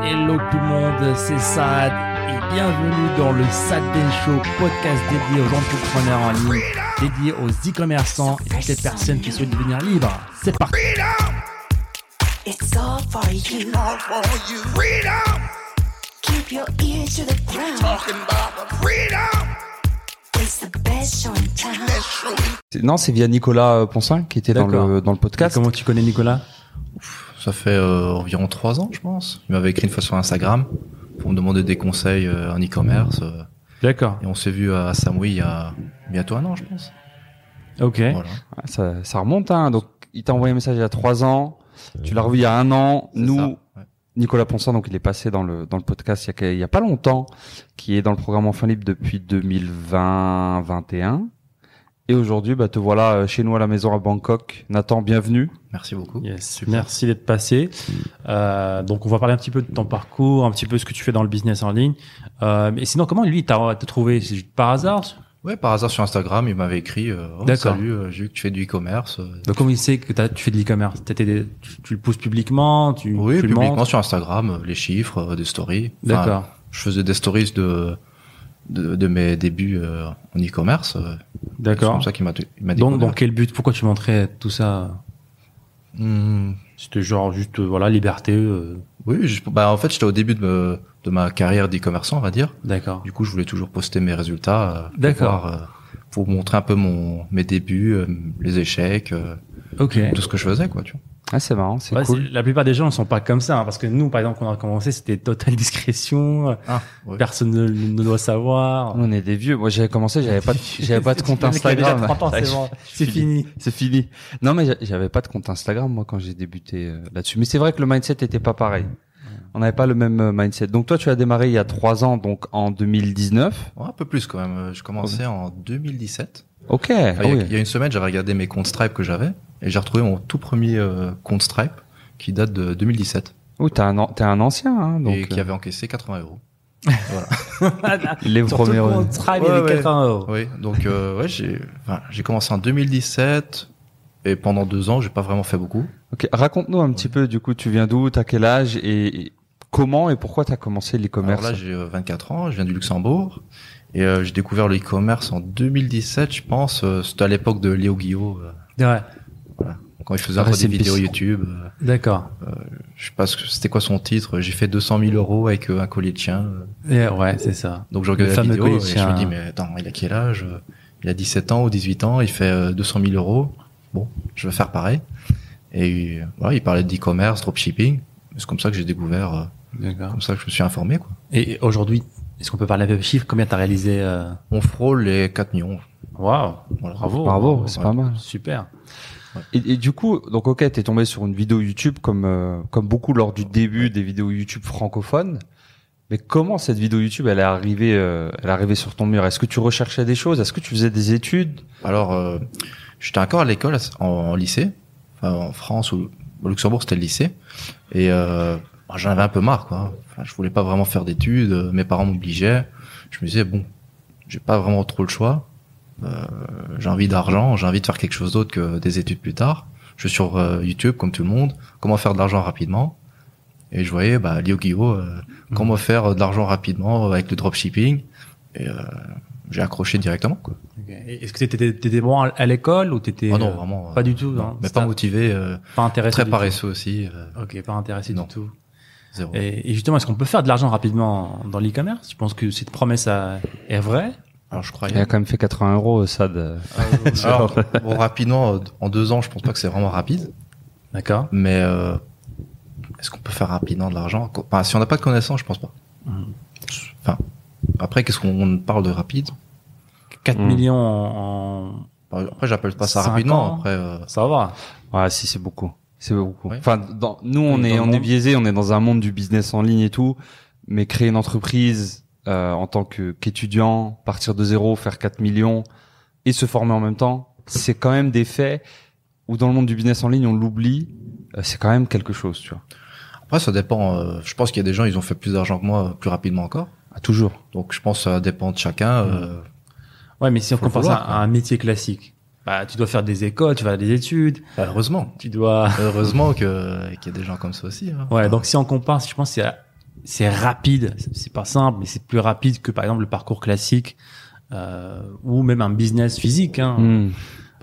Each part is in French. Hello tout le monde, c'est Sad et bienvenue dans le Sad Den Show, podcast dédié aux entrepreneurs en ligne, dédié aux e-commerçants et toutes les personnes qui souhaitent devenir libres. C'est parti It's all for you. all for you. Freedom. Keep your ears to the ground. Talking about the freedom. It's the best show in town. That's true. C'est- Non, c'est via Nicolas euh, Ponsin qui était dans D'accord. le, dans le podcast. Comment tu connais Nicolas Ça fait euh, environ trois ans, je pense. Il m'avait écrit une fois sur Instagram pour me demander des conseils euh, en e-commerce. euh, D'accord, et on s'est vu à Samui il y a bientôt un an, je pense. ok. Voilà. Ah, Ça, ça remonte, hein. Donc, il t'a envoyé un message il y a trois ans. Tu l'as revu il y a un an. C'est Nous, ça, ouais. Nicolas Ponsin, donc il est passé dans le dans le podcast il y a, que- il y a pas longtemps, qui est dans le programme Enfin Libre depuis 2020-21. Et aujourd'hui, bah, te voilà euh, chez nous à la maison à Bangkok. Nathan, bienvenue. Merci beaucoup. Yes, Super. merci d'être passé. Euh, donc, on va parler un petit peu de ton parcours, un petit peu de ce que tu fais dans le business en ligne. Euh, mais sinon, comment lui t'as t'as trouvé C'est juste par hasard Ouais, par hasard sur Instagram, il m'avait écrit euh, Oh, D'accord. Salut, euh, j'ai vu que tu fais du e-commerce. euh, Donc, comment il sait que t'as- tu fais de l'e-commerce T'as été des- tu, tu le pousses publiquement tu, Oui, tu le publiquement montres sur Instagram, euh, les chiffres, euh, des stories. Enfin, D'accord. Je faisais des stories de de, de mes débuts euh, en e-commerce. euh, C'est D'accord. comme ça qu'il m'a il m'a Donc, découvert. dans quel but Pourquoi tu montrais tout ça Hmm. C'était genre juste, euh, voilà, liberté. euh, Oui, je- bah, en fait, j'étais au début de, me- de ma carrière d'e-commerçant, on va dire. D'accord. Du coup, je voulais toujours poster mes résultats. euh, pour D'accord. voir, euh, Pour montrer un peu mon, mes débuts, euh, les échecs, euh, Ok. tout ce que je faisais, quoi, tu vois. Ah, c'est marrant, c'est Ouais, cool. c'est- La plupart des gens ne sont pas comme ça, hein, parce que nous, par exemple, quand on a commencé, c'était totale discrétion, euh, Ah, ouais. personne ne, ne doit savoir. On est des vieux. Moi, j'avais commencé, j'avais pas, de- j'avais pas de compte Instagram. c'est fini. C'est fini. Non, mais j'a- j'avais pas de compte Instagram, moi, quand j'ai débuté euh, là-dessus. Mais c'est vrai que le mindset était pas pareil. On n'avait pas le même euh, mindset. Donc, toi, tu as démarré il y a trois ans, donc en 2019. Ouais, un peu plus quand même. Euh, Je commençais en 2017. Ok. Enfin, ah il, y a, oui. il y a une semaine, j'avais regardé mes comptes Stripe que j'avais et j'ai retrouvé mon tout premier euh, compte Stripe qui date de 2017 Oh, t'es un, an- t'es un ancien, hein, donc. et qui euh, avait encaissé 80 euros. les Surtout premiers. pour un travail Ouais, avec ouais. 80 euros. Oui, donc euh, ouais, j'ai enfin, j'ai commencé en 2017 et pendant deux ans, j'ai pas vraiment fait beaucoup. Ok. Raconte-nous un petit peu, du coup, tu viens d'où, t'as quel âge et et comment et pourquoi t'as commencé l'e-commerce? Alors là, j'ai euh, 24 ans, je viens du Luxembourg. Et euh, j'ai découvert le e-commerce en 2017, je pense. euh, C'était à l'époque de Léo Guillot, euh, Ouais, quand il faisait Ah Rest encore des in peace. vidéos YouTube. euh, d'accord. je sais pas ce que- c'était quoi son titre. J'ai fait 200 000 euros avec euh, un collier de chien. euh. Et ouais, c'est ça. Donc je regardais Le la fameux vidéo collier et de je chien. me dis, mais attends, il a quel âge euh, Il a 17 ans ou 18 ans, il fait euh, 200 000 euros. Bon, je vais faire pareil. Et euh, voilà, il parlait d'e-commerce, dropshipping. C'est comme ça que j'ai découvert, euh, D'accord. comme ça que je me suis informé. Quoi. Et aujourd'hui, est-ce qu'on peut parler avec chiffres Combien t'as réalisé euh, On frôle les 4 millions. Waouh, Voilà. bravo. Bravo, c'est Oh, ouais. pas mal. Super. Et, et du coup, donc ok, t'es tombé sur une vidéo YouTube comme euh, comme beaucoup lors du début des vidéos YouTube francophones. Mais comment cette vidéo YouTube, elle est arrivée, euh, elle est arrivée sur ton mur Est-ce que tu recherchais des choses Est-ce que tu faisais des études Alors, euh, j'étais encore à l'école en, en lycée, enfin, en France ou au Luxembourg, c'était le lycée, et euh, bah, j'en avais un peu marre, quoi. Enfin, je voulais pas vraiment faire d'études, euh, mes parents m'obligeaient. Je me disais bon, j'ai pas vraiment trop le choix. Euh, j'ai envie d'argent, j'ai envie de faire quelque chose d'autre que des études plus tard. Je suis sur euh, YouTube comme tout le monde. Comment faire de l'argent rapidement Et je voyais bah Léo Guillot, euh, Mmh. comment faire de l'argent rapidement avec le dropshipping Et euh, j'ai accroché directement. Quoi. Ok. Et Est-ce que t'étais étais bon à à l'école ou t'étais Ah non, euh, vraiment. euh, pas du tout non, hein mais C'était pas motivé, euh, pas intéressé. très du paresseux aussi, euh, tout. Ok, pas intéressé Non. du tout. zéro. Et, et justement, est-ce qu'on peut faire de l'argent rapidement dans l'e-commerce Je pense que cette promesse euh, est vraie. Alors je Elle a croyais. quand même fait 80 euros, ça. De... Alors, bon, rapidement, euh, en deux ans, je pense pas que c'est vraiment rapide, D'accord. mais euh, est-ce qu'on peut faire rapidement de l'argent Enfin, Si on n'a pas de connaissances, je pense pas. Mhm. Enfin, après, qu'est-ce qu'on parle de rapide Mm. 4 Hmm. millions en, en- Après, j'appelle pas ça Cinq rapidement. ans. Après, euh, Ça va. Ouais, si c'est beaucoup, c'est beaucoup. Ouais. Enfin, dans, nous on Dans est le on monde. est biaisé, on est dans un monde du business en ligne et tout, mais créer une entreprise euh, en tant que qu'étudiant, partir de zéro, faire 4 millions et se former en même temps, c'est quand même des faits où dans le monde du business en ligne on l'oublie, euh, c'est quand même quelque chose, tu vois. après, ça dépend. euh, je pense qu'il y a des gens, ils ont fait plus d'argent que moi, euh, plus rapidement encore. Ah, toujours. Donc, je pense que ça dépend de chacun. euh, Mm. Ouais, mais si on Faut le compare ça vouloir, à un métier classique, bah, tu dois faire des écoles, tu vas faire des études, bah, heureusement, tu dois. heureusement que qu'il y a des gens comme ça aussi. hein. Ouais, donc si on compare, je pense que c'est à- c'est rapide. C'est- C'est pas simple, mais c'est plus rapide que par exemple le parcours classique euh, ou même un business physique. Hein. Hmm.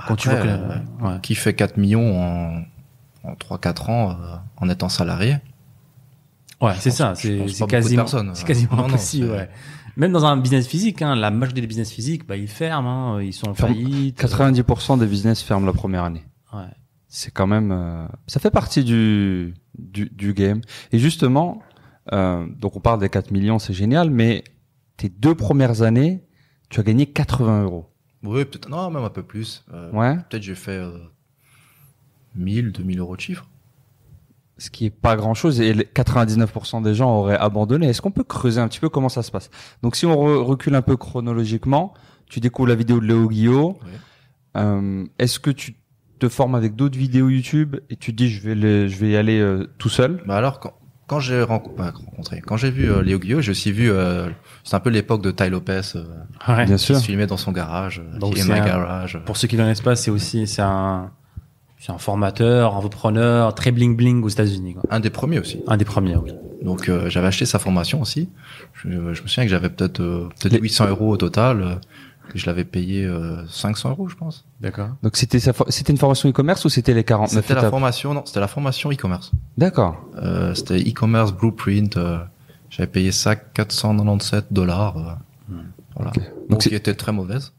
Quand tu vois que Après, euh, la- ouais. Qui fait 4 millions en, en 3-4 ans euh, en étant salarié Ouais, c'est pense- ça, je pense c'est c'est pas beaucoup de quasiment, personnes. hein. c'est quasiment Non, non, impossible. c'est- ouais. Même dans un business physique, hein, la majorité des business physiques, bah, ils ferment, hein, ils sont en Ferme- faillite. 90% des business ferment la première année. Ouais. C'est quand même, euh, ça fait partie du, du, du game. Et justement, euh, donc on parle des 4 millions, c'est génial, mais tes deux premières années, tu as gagné 80 euros. Oui, peut-être. Non, même un peu plus. Euh, Ouais. Peut-être j'ai fait euh, 1000, 2000 euros de chiffre. Ce qui est pas grand chose et les 99% des gens auraient abandonné. Est-ce qu'on peut creuser un petit peu comment ça se passe? Donc si on re- recule un peu chronologiquement, tu découvres la vidéo de Léo Guillot. Ouais. Euh, Est-ce que tu te formes avec d'autres vidéos YouTube et tu te dis je vais le- je vais y aller euh, tout seul? Bah alors, quand, quand j'ai renco- pas rencontré, quand j'ai vu euh, Léo Guillot, j'ai aussi vu, euh, c'est un peu l'époque de Ty Lopez, euh, Ouais. Bien qui sûr. se filmait dans son garage, euh, Donc qui est c'est my un- garage. euh. Pour ceux qui ne connaissent pas, c'est aussi c'est un, c'est un formateur, entrepreneur, très bling bling aux États-Unis. quoi. Un des premiers aussi. Un des premiers, oui. Donc euh, j'avais acheté sa formation aussi. Je, je me souviens que j'avais peut-être euh, peut-être Les- 800 euros au total. euh, et je l'avais payé euh, 500 euros, je pense. D'accord. Donc c'était sa for- c'était une formation e-commerce ou c'était les 49 C'était la étapes formation, non, c'était la formation e-commerce. D'accord. Euh, c'était e-commerce blueprint. euh, j'avais payé ça 497 dollars. euh, Voilà. Hmm. Ok. Donc, Donc qui c'est- était très mauvaise.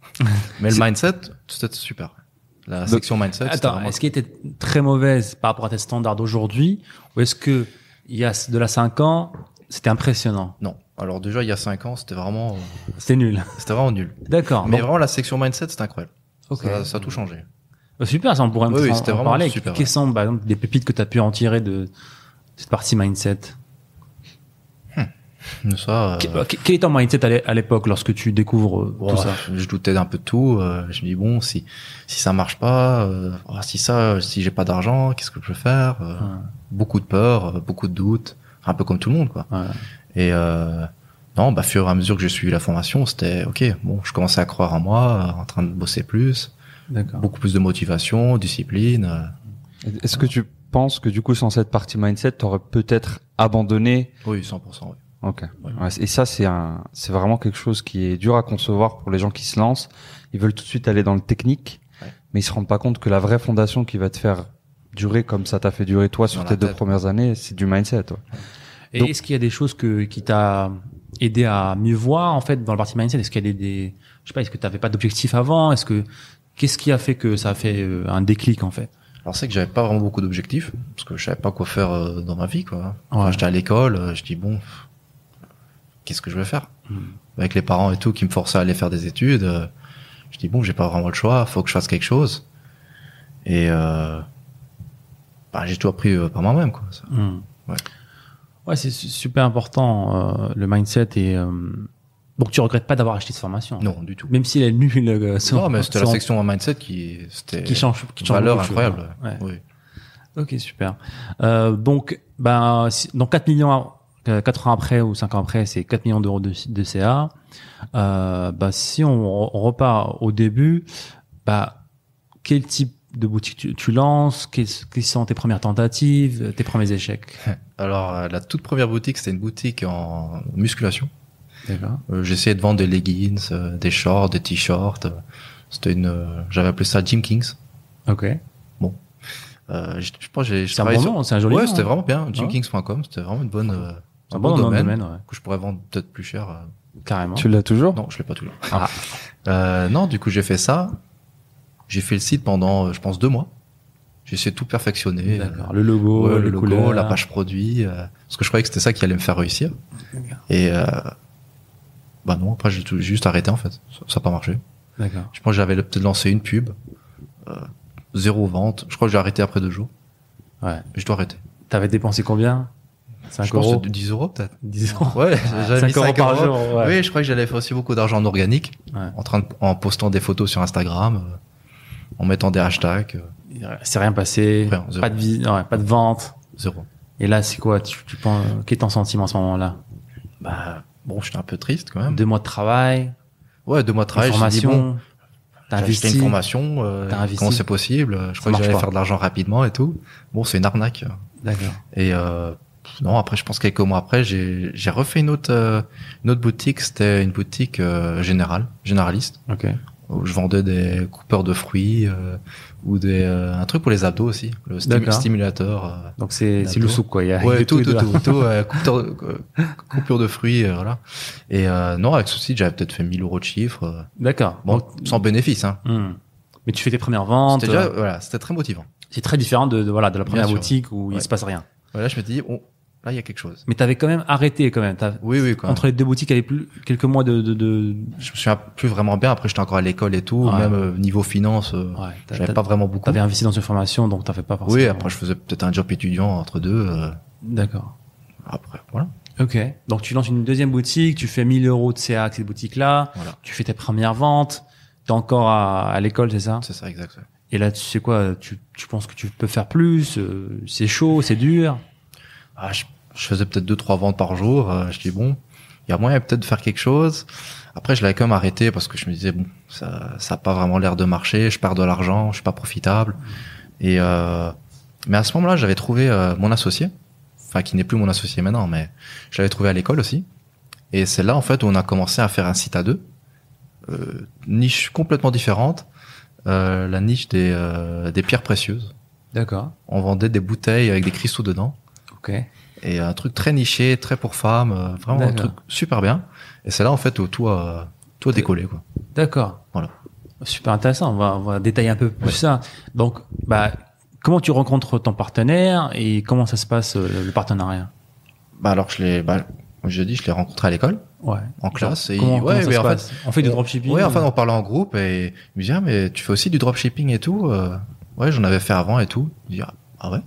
Mais le C'est- mindset, c'était super. La section mindset, c'était Attends, vraiment- est-ce qu'elle était très mauvaise par rapport à tes standards d'aujourd'hui ou est-ce que il y a de la 5 ans, c'était impressionnant non. Alors déjà, il y a 5 ans, c'était vraiment, euh, C'était nul. c'était vraiment nul. D'accord. Mais bon, vraiment, la section mindset, c'était incroyable. ok. Ça, ça a tout changé. Euh, Super, ça on pourrait Oui, oui, en- c'était en vraiment parler. super, Quelles ouais. sont par exemple, des pépites que tu as pu en tirer de cette partie mindset Hmm. Ça, euh, Que- euh, Quel est ton mindset à l'é- à l'époque lorsque tu découvres euh, Bon, tout ça Je doutais d'un peu de tout. euh, je me dis bon, si si ça marche pas, euh, oh, si ça, euh, si j'ai pas d'argent, qu'est-ce que je peux faire Euh, Ouais. Beaucoup de peur, euh, beaucoup de doutes, un peu comme tout le monde quoi. Ouais. Et euh, non, bah fur et à mesure que j'ai suivi la formation, c'était ok. Bon, je commençais à croire en moi, euh, en train de bosser plus, D'accord. beaucoup plus de motivation, discipline. euh, Est-ce que tu penses que du coup sans cette partie mindset, t'aurais peut-être abandonné oui, 100%. Oui. Ok. Ouais, et ça c'est un c'est vraiment quelque chose qui est dur à concevoir pour les gens qui se lancent. Ils veulent tout de suite aller dans le technique, Ouais. mais ils se rendent pas compte que la vraie fondation qui va te faire durer comme ça t'a fait durer toi sur Dans la tes deux tête. premières années, c'est du mindset. hein. ouais. Et Donc- est-ce qu'il y a des choses que, qui t'a aidé à mieux voir, en fait, dans le parti mindset? Est-ce qu'il y a des, des- je sais pas, est-ce que t'avais pas d'objectif avant? Est-ce que, qu'est-ce qui a fait que ça a fait euh, un déclic, en fait? Alors c'est que j'avais pas vraiment beaucoup d'objectifs parce que je savais pas quoi faire euh, dans ma vie quoi. Enfin, Ouais. j'étais à l'école, euh, je dis bon, pff, qu'est-ce que je vais faire Hmm. Avec les parents et tout qui me forçaient à aller faire des études, euh, je dis bon, j'ai pas vraiment le choix, faut que je fasse quelque chose. Et euh, bah, j'ai tout appris euh, par moi-même quoi. ça. Hmm. Ouais. Ouais, c'est su- super important, euh, le mindset et, euh, donc tu regrettes pas d'avoir acheté cette formation? en Non, du tout. fait. Même si elle est nulle, euh, non, mais c'était la sans- section mindset qui c'était qui change, qui une change valeur beaucoup de choses. incroyable. Ouais. Oui. Ok, super. Euh, donc, ben, si- donc 4 millions, à- euh, 4 ans après ou 5 ans après, c'est 4 millions d'euros de, de CA. Euh, ben, si on, re- on repart au début, bah quel type de boutique tu, tu lances quelles, quelles sont tes premières tentatives, tes premiers échecs Alors euh, la toute première boutique, c'était une boutique en musculation. D'accord. Euh, J'essayais de vendre des leggings, euh, des shorts, des t-shirts. euh, C'était une, euh, j'avais appelé ça Jim Kings. Ok. Euh, je, je pense que j'ai je C'est un travaillais bon sur- nom, c'est un joli Ouais, nom, c'était hein. vraiment bien. ouais Jimkings.com, c'était vraiment une bonne, euh, C'est un bon, nom de domaine, que je pourrais vendre peut-être plus cher. euh. ouais. Carrément. Tu l'as toujours Non, je l'ai pas toujours. Ah. Euh, non, du coup j'ai fait ça. J'ai fait le site pendant, euh, je pense, deux mois. J'ai essayé de tout perfectionner. euh, D'accord. Le logo, Ouais, les le logo, couleurs. la page produit, euh, parce que je croyais que c'était ça qui allait me faire réussir. D'accord. Et euh, bah non, après j'ai tout- j'ai juste arrêté en fait, ça n'a pas marché. D'accord. Je pense que j'avais peut-être lancé une pub, euh, zéro vente. Je crois que j'ai arrêté après deux jours. Ouais. Je dois arrêter. T'avais dépensé combien 5 je pense euros. que c'était 10 euros peut-être. 10 euros. Ouais, j'avais 5 mis euros 5 par euros. jour. ouais. Oui, je crois que j'allais faire aussi beaucoup d'argent en organique, Ouais. en, train de- en postant des photos sur Instagram, euh, en mettant des hashtags, euh, C'est rien passé, Rien, zéro. pas de vie, ouais, pas de vente. zéro. Et là, c'est quoi Tu, tu penses quel est ton sentiment à ce moment-là Bah bon, j'étais un peu triste quand même. Deux mois de travail, Ouais, deux mois de Hum. travail, j'ai dit bon, formation, t'as J'ai acheté investi. une formation, euh, T'as investi. comment c'est possible, euh, je Ça crois que marche j'allais pas. faire de l'argent rapidement et tout. Bon, c'est une arnaque. D'accord. Et euh, non, après, je pense quelques mois après, j'ai j'ai refait une autre, euh, une autre boutique. C'était une boutique euh, générale, généraliste, Ok. où je vendais des coupeurs de fruits euh, ou des, euh, un truc pour les abdos aussi, le stimu- D'accord. stimulateur. euh, Donc c'est c'est le D'accord. souk quoi. Il y a il y a Ouais, de tout, et de tout, là. tout, tout, euh, coupeur de- euh, coupure de fruits, euh, voilà. Et euh, non, avec ce site, j'avais peut-être fait 1000 euros de chiffre, euh, D'accord. bon, Donc, sans bénéfice. Hein. hmm. Mais tu fais tes premières ventes. C'était déjà, euh, voilà, c'était très motivant. C'est très différent de, de, voilà de la Bien première sûr. boutique où il Ouais. se passe rien. Voilà, je me dis, oh, là, il y a quelque chose. Mais t'avais quand même arrêté quand même. T'as- Oui, oui, quoi. Entre les deux boutiques, il y avait plus quelques mois de, de, de... Je me souviens plus vraiment bien. Après, j'étais encore à l'école et tout, Ouais. même euh, niveau finance, euh, Ouais, t'as- j'avais t'as- pas vraiment beaucoup. T'avais investi dans une formation, donc t'avais pas forcément. Oui, après, je faisais peut-être un job étudiant entre deux. euh, D'accord. après, voilà. Ok. Donc tu lances une deuxième boutique, tu fais 1000 euros de CA avec cette boutique-là, Voilà. tu fais tes premières ventes, t'es encore à, à l'école, c'est ça C'est ça, exact. ouais. Et là, tu sais quoi tu, tu penses que tu peux faire plus euh, C'est chaud, c'est dur Ah, je, je faisais peut-être deux, trois ventes par jour. euh, je dis, bon, il y a moyen peut-être de faire quelque chose. Après, je l'avais quand même arrêté parce que je me disais, bon, ça ça a pas vraiment l'air de marcher. Je perds de l'argent, je suis pas profitable. Et euh, Mais à ce moment-là, j'avais trouvé euh, mon associé, enfin, qui n'est plus mon associé maintenant, mais je l'avais trouvé à l'école aussi. Et c'est là, en fait, où on a commencé à faire un site à deux. Euh, niche complètement différente. Euh, la niche des, euh, des pierres précieuses. D'accord. On vendait des bouteilles avec des cristaux dedans Ok. et un truc très niché, très pour femmes, euh, vraiment un D'accord. truc super bien. Et c'est là en fait où tout a, tout a décollé quoi. D'accord. Voilà. Super intéressant. On va, on va détailler un peu plus ça. Donc, bah, comment tu rencontres ton partenaire et comment ça se passe euh, le, le partenariat Bah alors je l'ai, bah, comme je l'ai dit, je l'ai rencontré à l'école Ouais. en classe et Comment, il- comment ça mais se en passe On fait du on- dropshipping ouais, enfin on parlait en groupe et il me dit ah, mais tu fais aussi du dropshipping et tout. euh, ouais, j'en avais fait avant et tout. Il dit ah, ah ouais,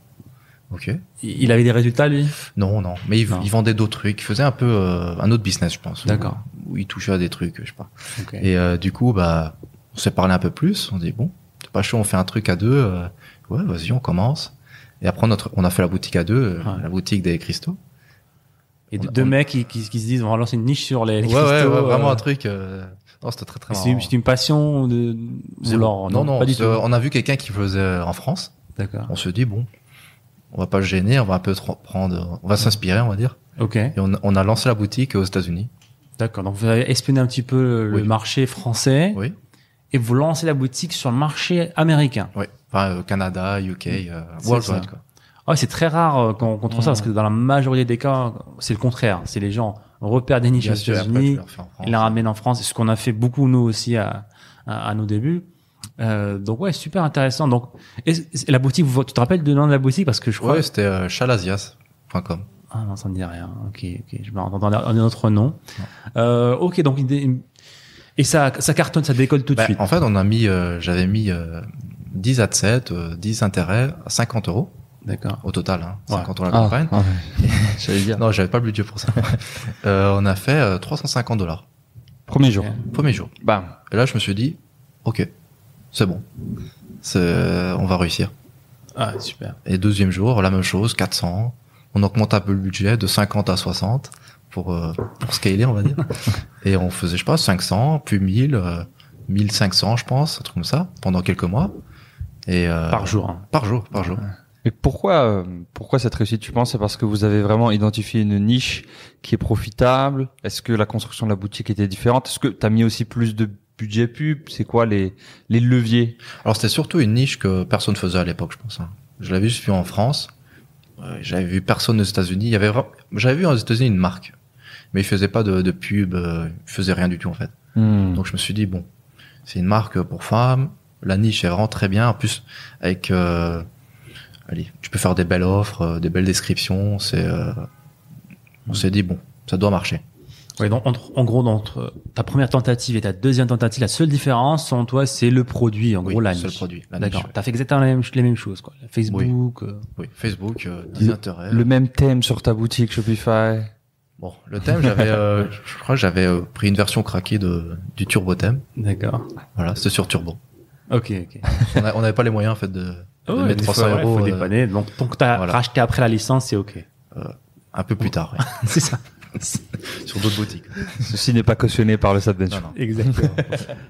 ok. Il avait des résultats lui. Non non, mais il, Non. il vendait d'autres trucs, il faisait un peu euh, un autre business je pense. D'accord. Où, où il touchait à des trucs, je sais pas. Ok. Et euh, du coup, bah, on s'est parlé un peu plus. On dit bon, c'est pas chaud, on fait un truc à deux. euh, ouais, vas-y, on commence. Et après, notre, on a fait la boutique à deux, euh, Ouais. la boutique des cristaux. Et On de- a- deux on- mecs qui, qui, qui se disent on va lancer une niche sur les, les ouais, ouais, cristaux, ouais, euh, vraiment un truc. euh, Non, c'était très très C'est marrant. une, c'est une passion de C'est- ou alors, non, non, pas du parce tout. que on a vu quelqu'un qui faisait euh, en France. D'accord. On se dit bon, on va pas le gêner, on va un peu tr- prendre, on va s'inspirer, on va dire. Ok. Et on, on a lancé la boutique aux États-Unis. D'accord. Donc vous avez espionné un petit peu le Oui. marché français Oui. et vous lancez la boutique sur le marché américain. Oui. Enfin, euh, Canada, UK, euh, C'est worldwide ça. quoi. Ah, c'est très rare euh, qu'on qu'on trouve ça Mmh. parce que dans la majorité des cas, c'est le contraire. C'est les gens repèrent des niches Bien aux sûr, après, États-Unis, tu le refais en France. ils la ramènent en France. C'est ce qu'on a fait beaucoup nous aussi à, à, à nos débuts. Euh, donc ouais, super intéressant. Donc est-ce- la boutique, vous- tu te rappelles du nom de la boutique parce que je crois Ouais, c'était euh, chalasias.com. Ah non, ça ne dit rien. Ok, ok. Je m'entends un autre nom. Euh, ok, donc une- une- et ça, ça cartonne, ça décolle tout de Bah, suite. En fait, on a mis, euh, j'avais mis euh, 10 ad 7, 10 euh, intérêts, 50 euros D'accord. au total, hein, Ouais. 50 euros la campagne. Ah, ouais. J'allais dire. Non, j'avais pas le budget pour ça. euh, on a fait euh, 350 dollars, Premier jour. premier jour. Bam. Et là, je me suis dit, ok, c'est bon, c'est, euh, on va réussir. Ah super. Et deuxième jour, la même chose, 400. On augmente un peu le budget de 50 à 60 pour, euh, pour scaler, on va dire. Et on faisait, je sais pas, 500, puis 1000, euh, 1500, je pense, un truc comme ça, pendant quelques mois. Et, euh, Par jour. hein. Par jour, par jour. Mais pourquoi, euh, pourquoi cette réussite, tu penses C'est parce que vous avez vraiment identifié une niche qui est profitable Est-ce que la construction de la boutique était différente Est-ce que tu as mis aussi plus de budget pub C'est quoi les, les leviers Alors c'était surtout une niche que personne faisait à l'époque, je pense. hein. Je l'avais juste vu en France. Euh, J'avais vu personne aux États-Unis. Il y avait vra- j'avais vu aux États-Unis une marque, mais ils faisaient pas de, de pub, euh, ils faisaient rien du tout en fait. Hmm. Donc je me suis dit bon, c'est une marque pour femmes. La niche est vraiment très bien. En plus avec, euh, allez, tu peux faire des belles offres, euh, des belles descriptions. C'est, euh, Hmm. on s'est dit bon, ça doit marcher. Ouais, donc entre- en gros, entre euh, ta première tentative et ta deuxième tentative, la seule différence, selon toi, c'est le produit. En Oui, gros, la c'est le niche. produit, la niche, D'accord. ouais. T'as fait exactement les mêmes, les mêmes choses, quoi. Facebook. euh, Oui, Facebook, euh, des intérêts. Le même thème sur ta boutique Shopify. Bon, le thème, j'avais, euh, je crois, que j'avais euh, pris une version craquée de du turbo thème. D'accord. Voilà, c'était sur turbo. Ok, ok. On a- on n'avait pas les moyens en fait de, de Ah Ouais, mettre des 300 fois, ouais, euros Faut euh, dépanner. Donc, tant que t'as voilà. racheté après la licence, c'est ok. un peu plus tard ouais, c'est ça. sur d'autres boutiques. Ceci n'est pas cautionné par le Sadbench. Non, non, Exactement.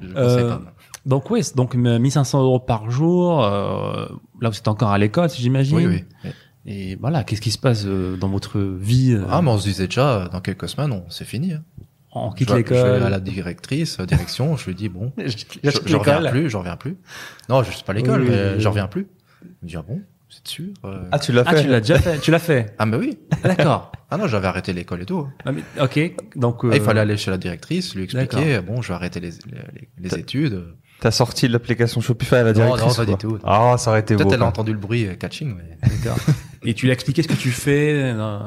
je le conseille Euh, quand même. Donc oui, c'est donc m- 1500 euros par jour. euh, là, vous êtes encore à l'école, j'imagine. Oui, oui. Et voilà, qu'est-ce qui se passe euh, dans votre vie euh, Ah, mais on se disait déjà, euh, dans quelques semaines, on, c'est fini. hein. On Je quitte vais- je vais à l'école. la directrice, euh, direction, je lui dis, bon, Je je, quitte je reviens l'école. plus, je reviens plus. Non, je suis pas à l'école, Oui, oui, mais oui, oui. je reviens plus. Il me dit, ah bon, c'est sûr euh, Ah, tu l'as Ah, fait tu l'as déjà fait. Tu l'as fait. Ah, mais oui. D'accord. Ah non, j'avais arrêté l'école et tout. Ah, mais- ok. Donc. Ah, il euh, fallait aller chez la directrice, lui expliquer, d'accord. bon, je vais arrêter les, les- les- les études. T'as sorti l'application Shopify à la Non, directrice non, pas ou du quoi tout. Ah, ça aurait été beau. Peut-être elle a quoi. entendu le bruit euh, catching, mais... D'accord. Et tu lui as expliqué ce que tu fais. euh,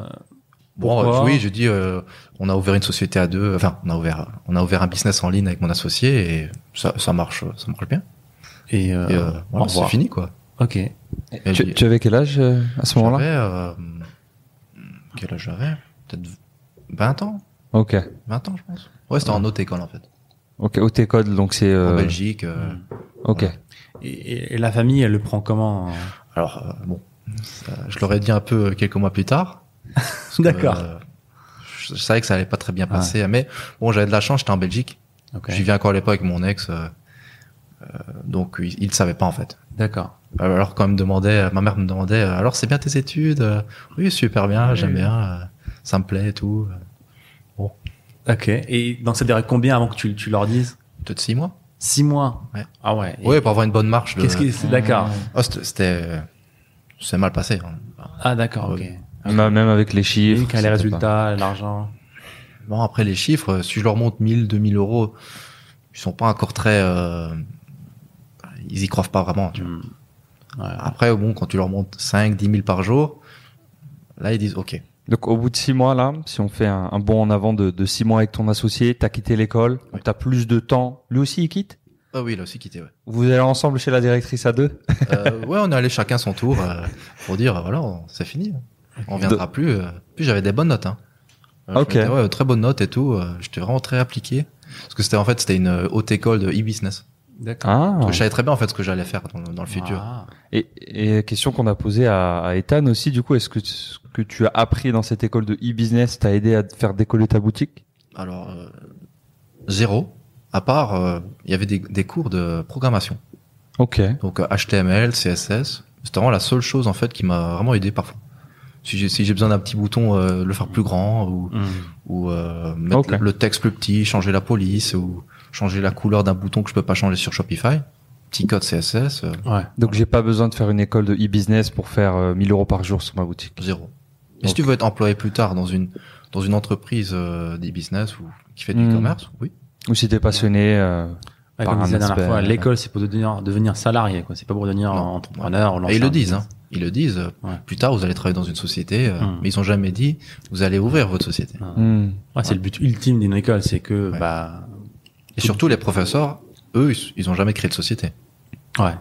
Bon, Pourquoi euh, oui, je dis, euh, on a ouvert une société à deux, enfin, on a ouvert, on a ouvert un business en ligne avec mon associé et ça, ça marche, ça marche bien. et euh, Et euh, voilà, au c'est revoir. fini, quoi. Ok. Et Tu, j'ai- tu avais quel âge euh, à ce j'avais, moment-là euh, quel âge j'avais Peut-être 20 ans Ok. 20 ans, je pense. Ouais, c'était en haute école, en fait. Ok, OT code, donc c'est. En euh, Belgique. euh, Ok. voilà. Et, et- et la famille, elle le prend comment Alors, euh, bon, ça, je l'aurais dit un peu euh, quelques mois plus tard. parce que, D'accord. euh, je, je savais que ça allait pas très bien passer, mais bon, j'avais de la chance, j'étais en Belgique. Ok. Je vivais encore à l'époque avec mon ex, euh, euh, donc il, il savait pas, en fait. D'accord. Alors quand elle me demandait, ma mère me demandait, euh, alors c'est bien tes études Euh, Oui, super bien, j'aime bien, euh, ça me plaît et tout. Euh, Ok. Et donc ça durait combien avant que tu, tu leur dises Peut-être six mois. Six mois. Ouais. Ah ouais. Et Oui, pour avoir une bonne marche. De... Qu'est-ce qui D'accord. Oh, c'était- c'était, c'est mal passé. hein. Ah d'accord. Ok. Bah, Même avec les chiffres. Et quels les c'était pas- résultats, l'argent Bon après les chiffres, euh, si je leur monte 1000, 2000 euros, ils sont pas encore très, euh, ils y croient pas vraiment. tu vois. Hmm. Ouais. Après bon, quand tu leur montes 5, 10 000 par jour, là ils disent ok. Donc au bout de six mois là, si on fait un, un bond en avant de, de six mois avec ton associé, t'as quitté l'école, Oui. t'as plus de temps. Lui aussi il quitte. Ah oui, il a aussi quitté. Ouais. Vous allez ensemble chez la directrice à deux. Euh, ouais, on est allé chacun son tour euh, pour dire voilà, on- c'est fini, on viendra plus. euh. Puis j'avais des bonnes notes. Hein. Euh, je Ok. mettais, ouais, très bonnes notes et tout. euh, J'étais vraiment très appliqué parce que c'était en fait c'était une euh, haute école de e-business. D'accord. Ah. Donc, Je savais très bien en fait ce que j'allais faire dans, le- dans le futur. Ah. Et, et question qu'on a posée à, à Ethan aussi. Du coup, est-ce que ce que tu as appris dans cette école de e-business t'a aidé à te faire décoller ta boutique Alors euh, zéro. À part, euh, il y avait des, des cours de programmation. Ok. Donc euh, HTML, CSS. C'était vraiment la seule chose en fait qui m'a vraiment aidé parfois. Si j'ai si j'ai besoin d'un petit bouton, euh, le faire plus grand ou ou euh, mettre Mmh. Ok. le texte plus petit, changer la police ou changer la couleur d'un bouton que je peux pas changer sur Shopify. Petit code CSS, euh, Ouais. Donc j'ai pas besoin de faire une école de e-business pour faire euh, 1000 euros par jour sur ma boutique. zéro. Et Ok. si tu veux être employé plus tard dans une dans une entreprise euh, d'e-business ou qui fait du Hmm. e-commerce, oui. Ou si t'es passionné. euh, Ouais, Par comme un je disais la aspect, dernière fois, ouais. l'école, c'est pour devenir, devenir salarié, quoi. C'est pas pour devenir Non. entrepreneur ou Et lancer ils le un disent, business. hein. Ils le disent. euh, Ouais. Plus tard, vous allez travailler dans une société, euh, Hmm. mais ils ont jamais dit vous allez ouvrir votre société. hmm. Ouais, c'est le but ultime d'une école, c'est que, Ouais. bah, Et surtout, les professeurs, eux, ils, ils ont jamais créé de société, ouais,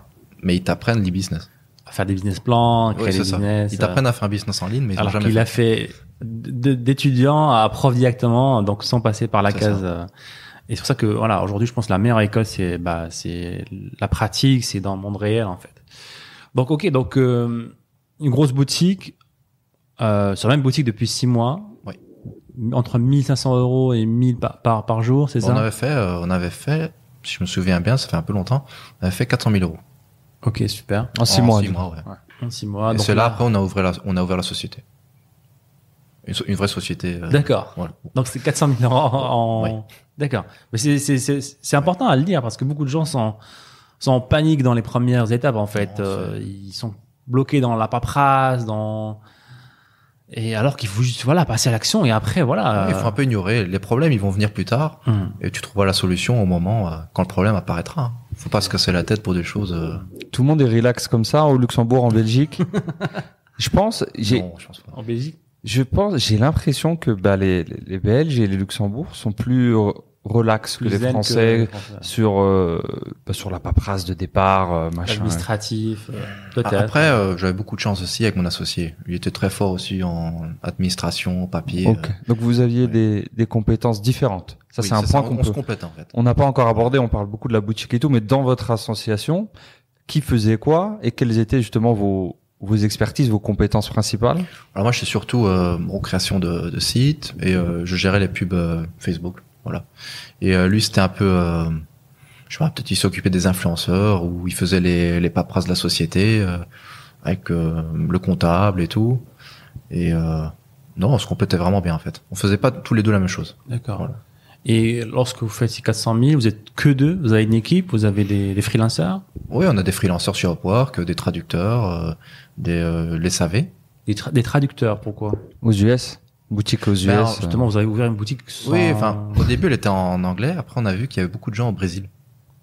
mais ils t'apprennent l'e-business. faire des business plans, créer Ouais, des c'est ça. business. Ils euh, t'apprennent à faire un business en ligne, mais ils ont alors jamais. qu'il fait. a fait d- d'étudiant à prof directement, donc sans passer par la C'est case. ça. euh, Et c'est pour ça que, voilà, aujourd'hui, je pense que la meilleure école, c'est, bah, c'est la pratique, c'est dans le monde réel, en fait. Donc, ok, donc, euh, une grosse boutique, euh, sur la même boutique depuis six mois. Oui. Entre 1500 euros et 1000 par, par, par jour, c'est On ça? avait fait, euh, on avait fait, si je me souviens bien, ça fait un peu longtemps, on avait fait 400 000 euros. Ok, super. En Ah, six mois. Six du coup. mois, ouais. En six mois. Et Ah, donc c'est là, là- après, on a ouvert la, on a ouvert la société. Une, so- une vraie société. euh, D'accord. voilà. Donc c'est 400 000 euros en... Oui. D'accord. Mais c'est, c'est, c'est, c'est important à le dire parce que beaucoup de gens sont, sont en panique dans les premières étapes en fait. Non, Euh, c'est- ils sont bloqués dans la paperasse, dans... Et alors qu'il faut juste voilà, passer à l'action et après, voilà. Euh, Ouais, Il faut un peu ignorer. Les problèmes, ils vont venir plus tard. euh, Hmm. hum. Et tu trouveras la solution au moment euh, quand le problème apparaîtra. hein. Faut pas se casser la tête pour des choses. euh, Tout le monde est relax comme ça au Luxembourg, en Belgique. je pense, j'ai, non, je pense pas. euh, En Belgique je pense, j'ai l'impression que bah, les, les Belges et les Luxembourg sont plus euh, relax que plus les zen que Français Français. sur euh, bah, sur la paperasse de départ, euh, machin. Administratif, euh, peut-être. Ah, Après, euh, j'avais beaucoup de chance aussi avec mon associé. Il était très fort aussi en administration, papier. Ok. euh, Donc vous aviez ouais. des, des compétences différentes. Ça oui, c'est un point on- qu'on on se peut. complète en fait. On n'a pas encore abordé. On parle beaucoup de la boutique et tout, mais dans votre association, qui faisait quoi et quelles étaient justement vos vos expertises, vos compétences principales Alors moi, je suis surtout euh, en création de, de sites et euh, je gérais les pubs euh, Facebook, voilà. Et euh, lui, c'était un peu, euh, je sais pas, peut-être il s'occupait des influenceurs ou il faisait les, les paperasses de la société. euh, avec euh, le comptable et tout. Et euh, non, on se complétait vraiment bien en fait. On faisait pas tous les deux la même chose. D'accord. Voilà. Et lorsque vous faites ces 400 000, vous êtes que deux, vous avez une équipe, vous avez des, des freelancers, Oui, on a des freelancers sur Upwork, des traducteurs, euh, des euh, les SAV. des, tra- des traducteurs, pourquoi Aux US Boutique aux US. Ben, euh, Justement, vous avez ouvert une boutique sans... Oui, enfin, au début, elle était en anglais. Après, on a vu qu'il y avait beaucoup de gens au Brésil.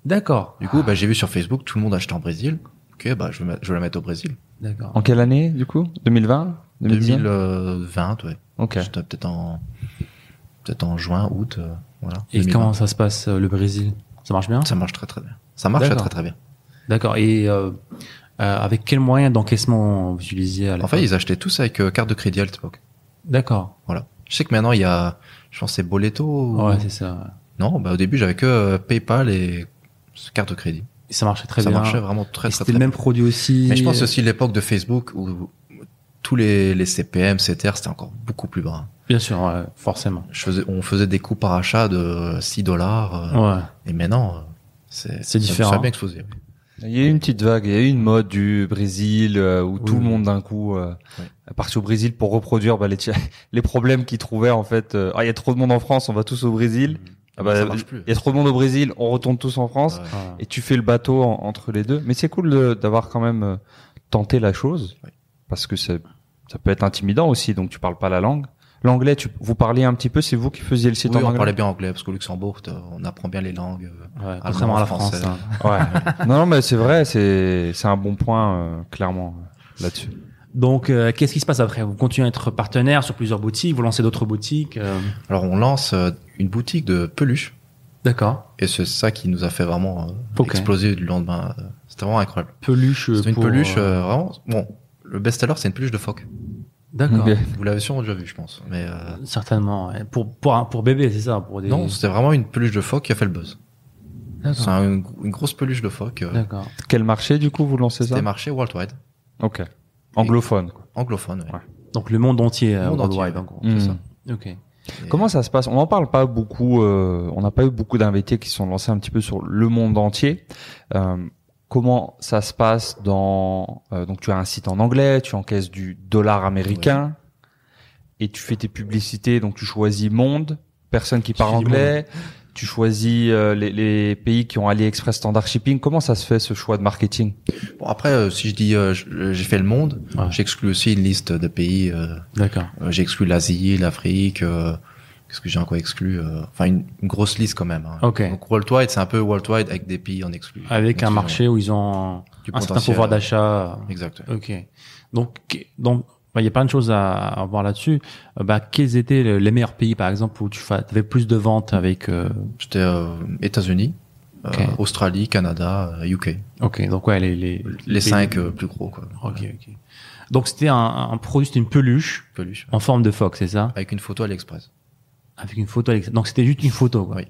D'accord. Du coup, bah, j'ai vu sur Facebook, tout le monde achetait en Brésil. Ok, bah, je vais, mettre- je vais la mettre au Brésil. D'accord. euh, En quelle année, du coup 2020 2019? 2020, ouais. Ok. J'étais peut-être en, peut-être en juin, août, euh, voilà. Et 2020. comment ça se passe, euh, le Brésil Ça marche bien Ça marche très très bien. Ça marche D'accord. très très bien. D'accord. Et euh, euh, avec quel moyen d'encaissement vous utilisiez à la En fait, fin ils achetaient tous avec euh, carte de crédit à l'époque. D'accord. Voilà. Je sais que maintenant, il y a, je pense, que c'est Boleto. ou- Ouais, c'est ça. non, bah, au début, j'avais que euh, PayPal et carte de crédit. Et ça marchait très ça bien. marchait vraiment très très, Et C'était très le bien. même euh, produit aussi. Mais je pense aussi l'époque de Facebook où tous les, les CPM, CTR, c'était encore beaucoup plus bas. Bien sûr, ouais, forcément. Je faisais, on faisait des coûts par achat de 6 dollars. Ouais. Et maintenant, euh, c'est, C'est ça- différent. Ça a bien explosé. Il y a eu une petite vague, il y a eu une mode du Brésil euh, où Oui. tout le monde d'un coup euh, Oui. est parti au Brésil pour reproduire bah, les, ti- les problèmes qu'ils trouvaient en fait. euh, ah, il y a trop de monde en France, on va tous au Brésil. Ah bah, Mm. ça marche plus. il y a trop de monde au Brésil, on retourne tous en France. Ouais. Ouais. Et tu fais le bateau en- entre les deux. Mais c'est cool de- d'avoir quand même euh, tenté la chose Oui. parce que ça, ça peut être intimidant aussi. Donc tu parles pas la langue. L'anglais, tu, vous parliez un petit peu. C'est vous qui faisiez le site Oui, en on anglais. parlait bien anglais parce qu'au Luxembourg, t'as- on apprend bien les langues. euh, Ouais, contrairement à la France. français. hein. Ouais. non, non, mais c'est vrai, c'est c'est un bon point euh, clairement euh, là-dessus. Donc, euh, qu'est-ce qui se passe après Vous continuez à être partenaire sur plusieurs boutiques, vous lancez d'autres boutiques. euh, Alors, on lance euh, une boutique de peluches. D'accord. Et c'est ça qui nous a fait vraiment euh, Ok. exploser le lendemain. euh, C'était vraiment incroyable. Peluche. euh, C'était une pour, peluche euh, euh, vraiment. Bon, le best-seller, c'est une peluche de phoque. euh, D'accord. Ok. Vous l'avez sûrement déjà vu, je pense. Mais euh, Certainement. ouais. Pour pour un- pour bébé, c'est ça pour des. non, c'était vraiment une peluche de phoque qui a fait le buzz. C'est D'accord. un- une, grosse peluche de phoque. euh, D'accord. Quel marché du coup vous lancez C'était ça marché worldwide, Ok. Anglophone. quoi. anglophone. ouais. Ouais. Donc le monde entier. euh, Monde entier, Mmh. worldwide, ouais. en gros. Mm. ça. Ok. Et- Comment ça se passe On n'en parle pas beaucoup. euh, on n'a pas eu beaucoup d'invités qui se sont lancés un petit peu sur le monde entier. Euh, comment ça se passe dans euh, Donc tu as un site en anglais, tu encaisses du dollar américain et tu fais tes publicités. Donc tu choisis monde, personne qui parle choisis anglais. Tu choisis euh, les, les pays qui ont AliExpress Standard Shipping. Comment ça se fait ce choix de marketing Bon, après, euh, si je dis euh, je- j'ai fait le monde, Ouais. j'exclus aussi une liste de pays. euh, D'accord. euh, j'ai exclu l'Asie, l'Afrique. euh, Qu'est-ce que j'ai encore exclu euh, Enfin, une, une grosse liste quand même. hein. Ok. Donc worldwide, c'est un peu worldwide avec des pays en exclu. Avec un Exclu, marché où ils ont ouais. Du un certain potentiel. pouvoir d'achat. Exact. ouais. Ok. Donc, qu- donc, bah, il y a plein de choses à, à voir là-dessus. Euh, Bah, quels étaient le- les meilleurs pays, par exemple, où tu avais plus de ventes avec euh, J'étais euh, États-Unis, euh, Ok. Australie, Canada, euh, UK. Ok. Donc ouais, les les, Les pays- cinq euh, plus gros quoi. Ok, ok. Donc c'était un, un produit, c'était une peluche Peluche. en forme de phoque, c'est ça Avec une photo AliExpress. Avec une photo. Alex- Donc c'était juste une photo. Quoi. Oui. Pas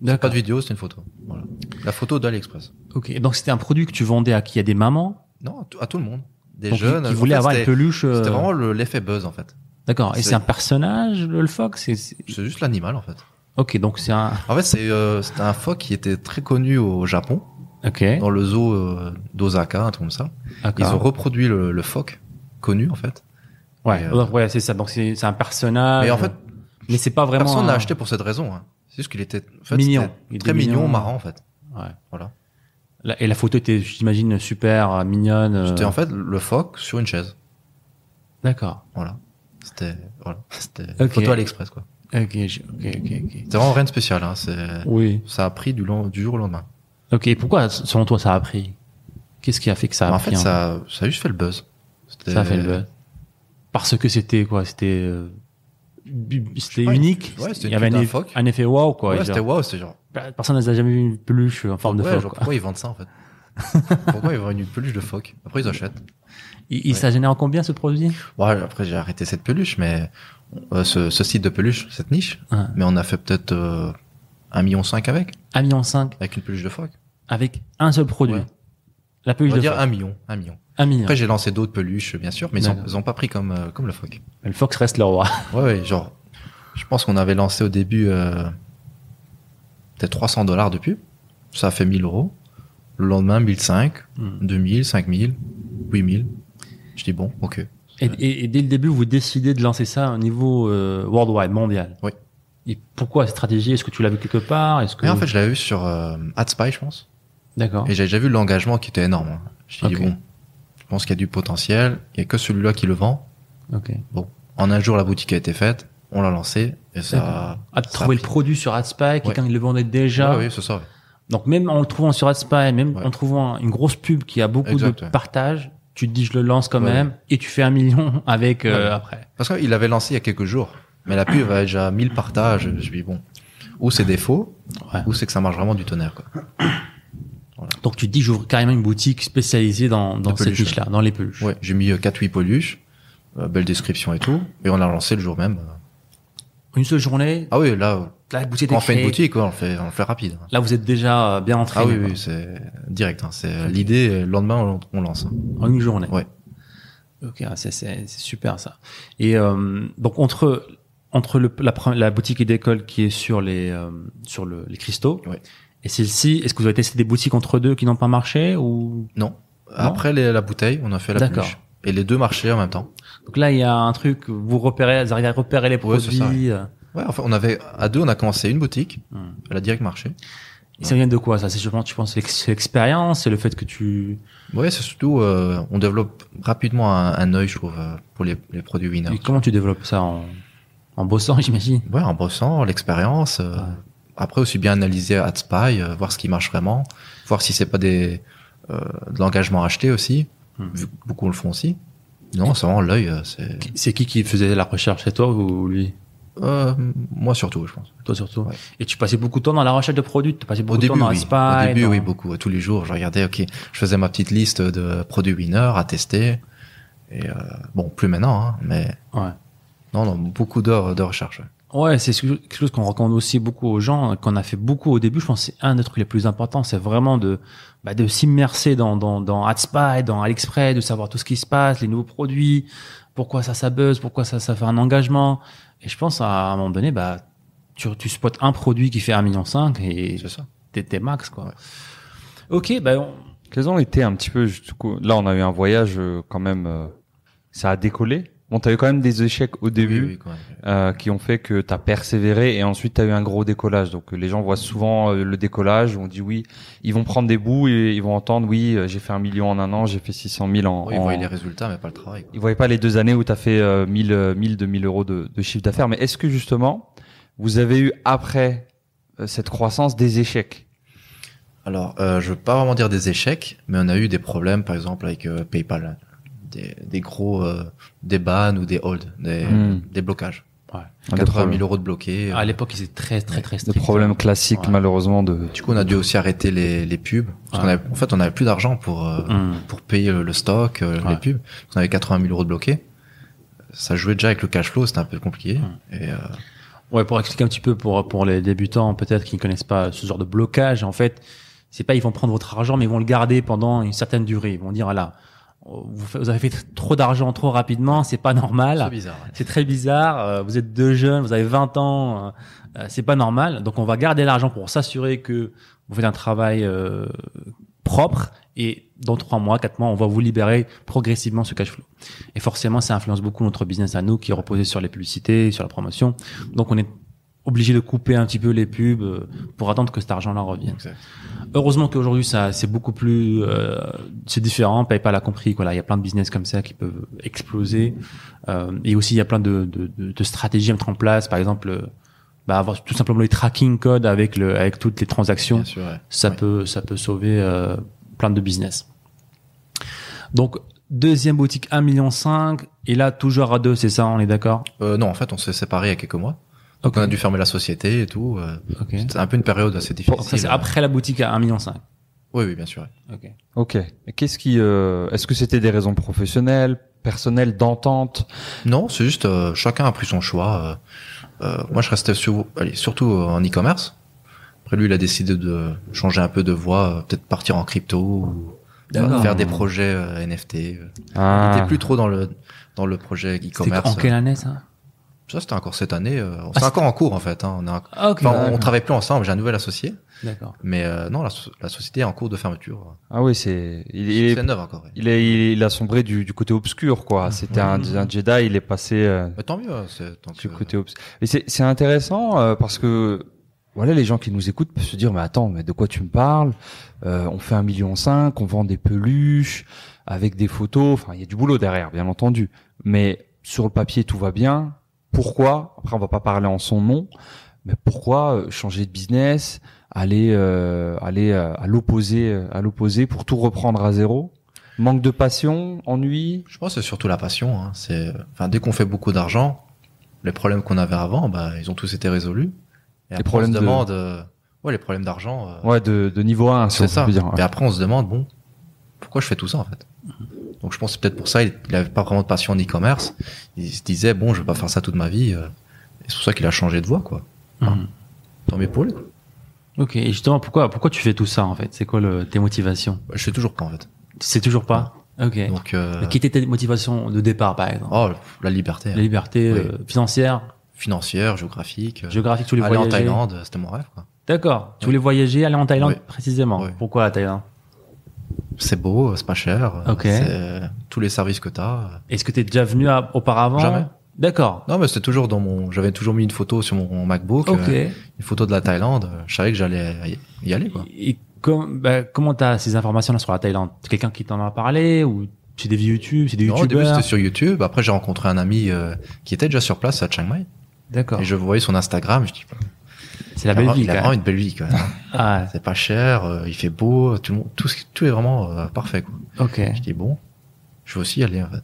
D'accord. de vidéo, c'est une photo. Voilà. La photo d'AliExpress. Ok. Donc c'était un produit que tu vendais à qui À des mamans Non, à tout- à tout le monde. Des donc, qui- jeunes. qui, En voulaient fait, avoir une c'était- peluche. euh, C'était vraiment le- l'effet buzz en fait. D'accord. Et c'est- c'est un personnage, le, le phoque. C'est. c'est- C'est juste l'animal en fait. Ok. Donc c'est un. En fait, c'est euh, c'était un phoque qui était très connu au Japon, Ok. dans le zoo euh, d'Osaka, un truc comme ça. Ils ont D'accord. reproduit le, le phoque connu en fait. Ouais. Et, euh, Ouais, c'est ça. Donc c'est c'est un personnage. Mais en fait, Mais c'est pas vraiment. personne un- l'a acheté pour cette raison. hein. C'est juste qu'il était en fait, Mignon. c'était Il était très mignon, mignon. marrant en fait. Ouais. Voilà. La- Et la photo était, j'imagine, super euh, mignonne. euh, C'était en fait le phoque sur une chaise. D'accord. Voilà. C'était voilà, c'était Ok. photo à l'express quoi. Ok. je- Ok. Ok. ok. C'était vraiment rien de spécial. Hein. C'est Oui. ça a pris du, long- du jour au lendemain. Ok. Et pourquoi, s- selon toi, ça a pris Qu'est-ce qui a fait que ça a Mais en pris fait, hein ça, ça a juste fait le buzz. C'était- Ça a fait le buzz. Parce que c'était quoi C'était euh, bu- Je c'était sais pas, unique. ouais, c'était Il y une avait pute un, d'un eff- phoque. un effet wow quoi. Ouais, genre, c'était waouh, c'était genre. pe- Bah, Personne n'a jamais vu une peluche en forme ouais, de genre, phoque. quoi. pourquoi ils vendent ça en fait Pourquoi ils vendent une peluche de phoque Après ils achètent. Il, il- ça génère en combien ce produit Ouais, après j'ai arrêté cette peluche, mais euh, ce, ce site de peluche, cette niche, Ouais. mais on a fait peut-être euh, 1,5 million avec, 1,5 million cinq avec une peluche de phoque. avec un seul produit. Ouais. La On peluche va de dire phoque. 1 million, 1 million. Un million. Après j'ai lancé d'autres peluches, bien sûr, mais ils ont, D'accord. ils ont pas pris comme, euh, comme le phoque. Mais le phoque reste le roi. Ouais, ouais, genre, je pense qu'on avait lancé au début euh, peut-être 300 dollars de pub, ça a fait 1000 euros. Le lendemain, 1005, Hmm. 2000, 5000, 8000. Je dis bon, ok. Et, et- et dès le début, vous décidez de lancer ça au niveau euh, worldwide, mondial. Oui. Et pourquoi cette stratégie Est-ce que tu l'as vu quelque part Est-ce que Et en fait, je l'avais vu sur euh, AdSpy, je pense. d'accord Et j'avais déjà vu l'engagement qui était énorme. hein. Je dis Ok. bon, je pense qu'il y a du potentiel. Il y a que celui-là qui le vend. Ok. En un jour, la boutique a été faite. On l'a lancée et ça. Ah, de ça a trouver le pris. produit sur AdSpy, quelqu'un qui le vendait déjà. Ouais, oui, c'est ça. Donc même en le trouvant sur AdSpy, même Ouais. en trouvant une grosse pub qui a beaucoup Exact, de ouais. partage, tu te dis je le lance quand Ouais, même et tu fais un million avec euh, Ouais. après. Parce qu'il l'avait lancé il y a quelques jours. Mais la pub avait déjà 1000 partages. Je me suis dit, bon, ou c'est des faux, Ouais. ou c'est que ça marche vraiment du tonnerre. Quoi. Donc tu te dis j'ouvre carrément une boutique spécialisée dans, dans Les cette peluches, niche-là, dans les peluches. Ouais, j'ai mis 4-8 peluches, euh, belle description et tout. Et on l'a lancé le jour même. Une seule journée, Ah oui, là, la boutique est on fait une créée. boutique, quoi, on, le fait, on le fait rapide. Là vous êtes déjà euh, bien entré Ah oui, oui, c'est direct. hein, c'est l'idée, euh, le lendemain, on, on lance. hein. en une journée. Ouais. Ok, ah, c'est c'est- c'est super ça. Et euh, donc entre entre le, la, pre- la boutique et d'école qui est sur les euh, sur le, les cristaux Ouais. et celle-ci, est-ce que vous avez testé des boutiques entre deux qui n'ont pas marché ou Non. Après les- la bouteille, on a fait la D'accord. peluche. Et les deux marchés en même temps. Donc là, il y a un truc, vous repérez, vous arrivez à repérer les Ouais, c'est produits. ça, euh, Ouais, enfin, on avait, à deux, on a commencé une boutique. Hmm. Elle a direct marché. et ça vient de quoi ça C'est je pense, tu penses l'ex- l'expérience, c'est le fait que tu Ouais, c'est surtout, euh, on développe rapidement un, un œil, je trouve, euh, pour les, les produits winners. et comment tu développes ça en en bossant, j'imagine. Ouais, en bossant, l'expérience. euh, Ouais. Après, aussi bien analyser AdSpy, euh, voir ce qui marche vraiment, voir si c'est pas des euh, de l'engagement acheté aussi, Hmm. vu que beaucoup le font aussi. Non, c'est vraiment l'œil. euh, C'est Qui- C'est qui qui faisait la recherche C'est toi ou lui euh, moi surtout, je pense. Toi surtout. Ouais. Et tu passais beaucoup de temps dans la recherche de produits. Tu passais beaucoup Au de temps début, dans oui. Aspy, Au début, dans- oui, beaucoup. Tous les jours, je regardais. Ok, je faisais ma petite liste de produits winners à tester. Et euh, bon, plus maintenant, hein, mais Ouais. non, non, beaucoup d'heures de recherche. Ouais, c'est ce que- quelque chose qu'on recommande aussi beaucoup aux gens, euh, qu'on a fait beaucoup au début. Je pense que c'est un des trucs les plus importants, c'est vraiment de, bah, de s'immerser dans, dans, dans AdSpy, dans AliExpress, de savoir tout ce qui se passe, les nouveaux produits, pourquoi ça, ça buzz, pourquoi ça, ça fait un engagement. Et je pense à, un moment donné, bah, tu, tu spots un produit qui fait 1,5 million et C'est ça. t'es, t'es max, quoi. Ouais. Ok, bah, on- Quels ont été un petit peu du coup, là on a eu un voyage euh, quand même euh, ça a décollé. Bon t'as eu quand même des échecs au début. Oui, oui, quand même. euh, qui ont fait que tu as persévéré et ensuite tu as eu un gros décollage. Donc euh, les gens voient souvent euh, le décollage, on dit oui, ils vont prendre des bouts et ils vont entendre oui, euh, j'ai fait un million en un an, j'ai fait 600 000 en... Oui, en- vous voyez les résultats, mais pas le travail. quoi. Ils voyaient pas les deux années où tu as fait euh, 1000, euh, 1000, 2000 euros de, de chiffre d'affaires. Mais est-ce que justement, vous avez eu après euh, cette croissance des échecs Alors, euh, je veux pas vraiment dire des échecs, mais on a eu des problèmes, par exemple, avec euh, PayPal. Des, des gros, euh, des bans ou des holds, des, Hmm. des blocages. Des 80 000 problèmes, euros de bloqués. à l'époque, ils étaient très, très, très des stricts. problèmes classiques Ouais. malheureusement de... Du coup, on a dû aussi arrêter les, les pubs. Parce qu'on Ouais. avait- en fait, on avait plus d'argent pour, euh, Hmm. pour payer le, le stock, euh, Ouais. les pubs. On avait 80 000 euros de bloqués. Ça jouait déjà avec le cash flow, c'était un peu compliqué. Et, euh, Ouais, pour expliquer un petit peu pour pour les débutants peut-être qui ne connaissent pas ce genre de blocage, en fait, c'est pas ils vont prendre votre argent, mais ils vont le garder pendant une certaine durée. Ils vont dire voilà, vous, fa- vous avez fait trop d'argent trop rapidement, c'est pas c'est normal, bizarre. ouais. c'est très bizarre. euh, vous êtes deux jeunes, vous avez 20 ans, euh, euh, c'est pas normal. Donc on va garder l'argent pour s'assurer que vous faites un travail euh, propre et dans trois mois, quatre mois, on va vous libérer progressivement ce cash flow. Et forcément, ça influence beaucoup notre business à nous qui est reposé sur les publicités, sur la promotion. Donc, on est obligé de couper un petit peu les pubs euh, pour attendre que cet argent-là revienne. Exact. Heureusement qu'aujourd'hui, ça, c'est beaucoup plus, euh, c'est différent. PayPal a compris qu'il il y a plein de business comme ça qui peuvent exploser. Euh, et aussi, il y a plein de, de, de, de stratégies à mettre en place. Par exemple, euh, bah, avoir tout simplement les tracking codes avec le, avec toutes les transactions Bien sûr, ouais. ça Oui. peut ça peut sauver euh, plein de business. Donc deuxième boutique 1 million 5 et là toujours à deux, c'est ça, on est d'accord Euh, non, en fait, on s'est séparés il y a quelques mois. Donc, on a dû fermer la société et tout. euh, OK. C'était un peu une période assez difficile. Bon, ça c'est après la boutique à 1 million 5. Oui, oui, bien sûr. ouais. OK. Ok. Et Qu'est-ce qui, euh, est-ce que c'était des raisons professionnelles, personnelles, d'entente Non, c'est juste euh, chacun a pris son choix. Euh, euh, moi, je restais sur- allez, surtout euh, en e-commerce. Après, lui, il a décidé de changer un peu de voie, euh, peut-être partir en crypto ou D'accord. faire des projets euh, NFT. euh. Il Ah. était plus trop dans le dans le projet C'était e-commerce. en quelle année ça Ça, c'était encore cette année. euh, Ah, c'était- c'est encore en cours, en fait. hein, on, a, Ah, ok. enfin, on- on d'accord. travaille plus ensemble. J'ai un nouvel associé. D'accord. Mais euh, non, la, so- la société est en cours de fermeture. Ah oui, c'est. Il, il, C'est est- neuf encore. ouais. il, est- il a sombré du, du côté obscur, quoi. C'était un, un Jedi, il est passé. euh, Mais tant mieux. hein, c'est- tant du que- côté obs- Et c'est c'est intéressant euh, parce que voilà, les gens qui nous écoutent peuvent se dire mais attends, mais de quoi tu me parles Euh, On fait un million cinq, on vend des peluches avec des photos. Enfin, il y a du boulot derrière, bien entendu. Mais sur le papier, tout va bien. Pourquoi Après, on va pas parler en son nom, mais pourquoi euh, changer de business, aller euh, aller euh, à l'opposé, euh, à l'opposé pour tout reprendre à zéro Manque de passion, ennui. Je pense que c'est surtout la passion. Hein. C'est, enfin, dès qu'on fait beaucoup d'argent, les problèmes qu'on avait avant, bah, ils ont tous été résolus. Et après, problèmes on se de- demande, euh, ouais, les problèmes d'argent. euh, Ouais, de, de niveau 1, c'est ça. Et après, on se demande, bon, pourquoi je fais tout ça en fait Donc, je pense que c'est peut-être pour ça il il avait pas vraiment de passion en e-commerce. Il se disait, bon, je vais pas faire ça toute ma vie. euh. Et c'est pour ça qu'il a changé de voie, quoi. Mhm. Tant mieux pour lui. Ok. Et justement, pourquoi, pourquoi tu fais tout ça en fait C'est quoi le, tes motivations Je fais toujours pas en fait. Tu sais toujours pas. Ah. Ok. Donc, euh, Quelles étaient tes motivations de départ, par exemple oh, la liberté. La liberté Oui. euh, financière, financière, géographique. euh, géographique, tu voulais aller en voyager. Thaïlande, euh, c'était mon rêve. Quoi. D'accord. Tu voulais voyager, aller en Thaïlande Oui. précisément. Oui. Pourquoi la Thaïlande C'est beau, c'est pas cher. euh, Ok. c'est Tous les services que t'as. Est-ce que tu es déjà venu à- auparavant Jamais. D'accord. Non, mais c'était toujours dans mon. J'avais toujours mis une photo sur mon MacBook, Ok. euh, une photo de la Thaïlande. euh, Je savais que j'allais y- y aller. Quoi. Et com- bah, comment tu as ces informations-là sur la Thaïlande C'est Quelqu'un qui t'en a parlé ou c'est des vieux YouTube, c'est des Non, au début, youtubeurs c'était sur YouTube. Après, j'ai rencontré un ami euh, qui était déjà sur place à Chiang Mai. D'accord. Et je voyais son Instagram. Je dis, C'est il Ah. la a belle vra- vie. il a quand vraiment même. une belle vie. Quoi. Ah, c'est pas cher, euh, il fait beau, tout, le monde, tout, ce- tout est vraiment euh, parfait. Quoi. Ah, ok. Je dis, bon, je vais aussi y aller. En fait.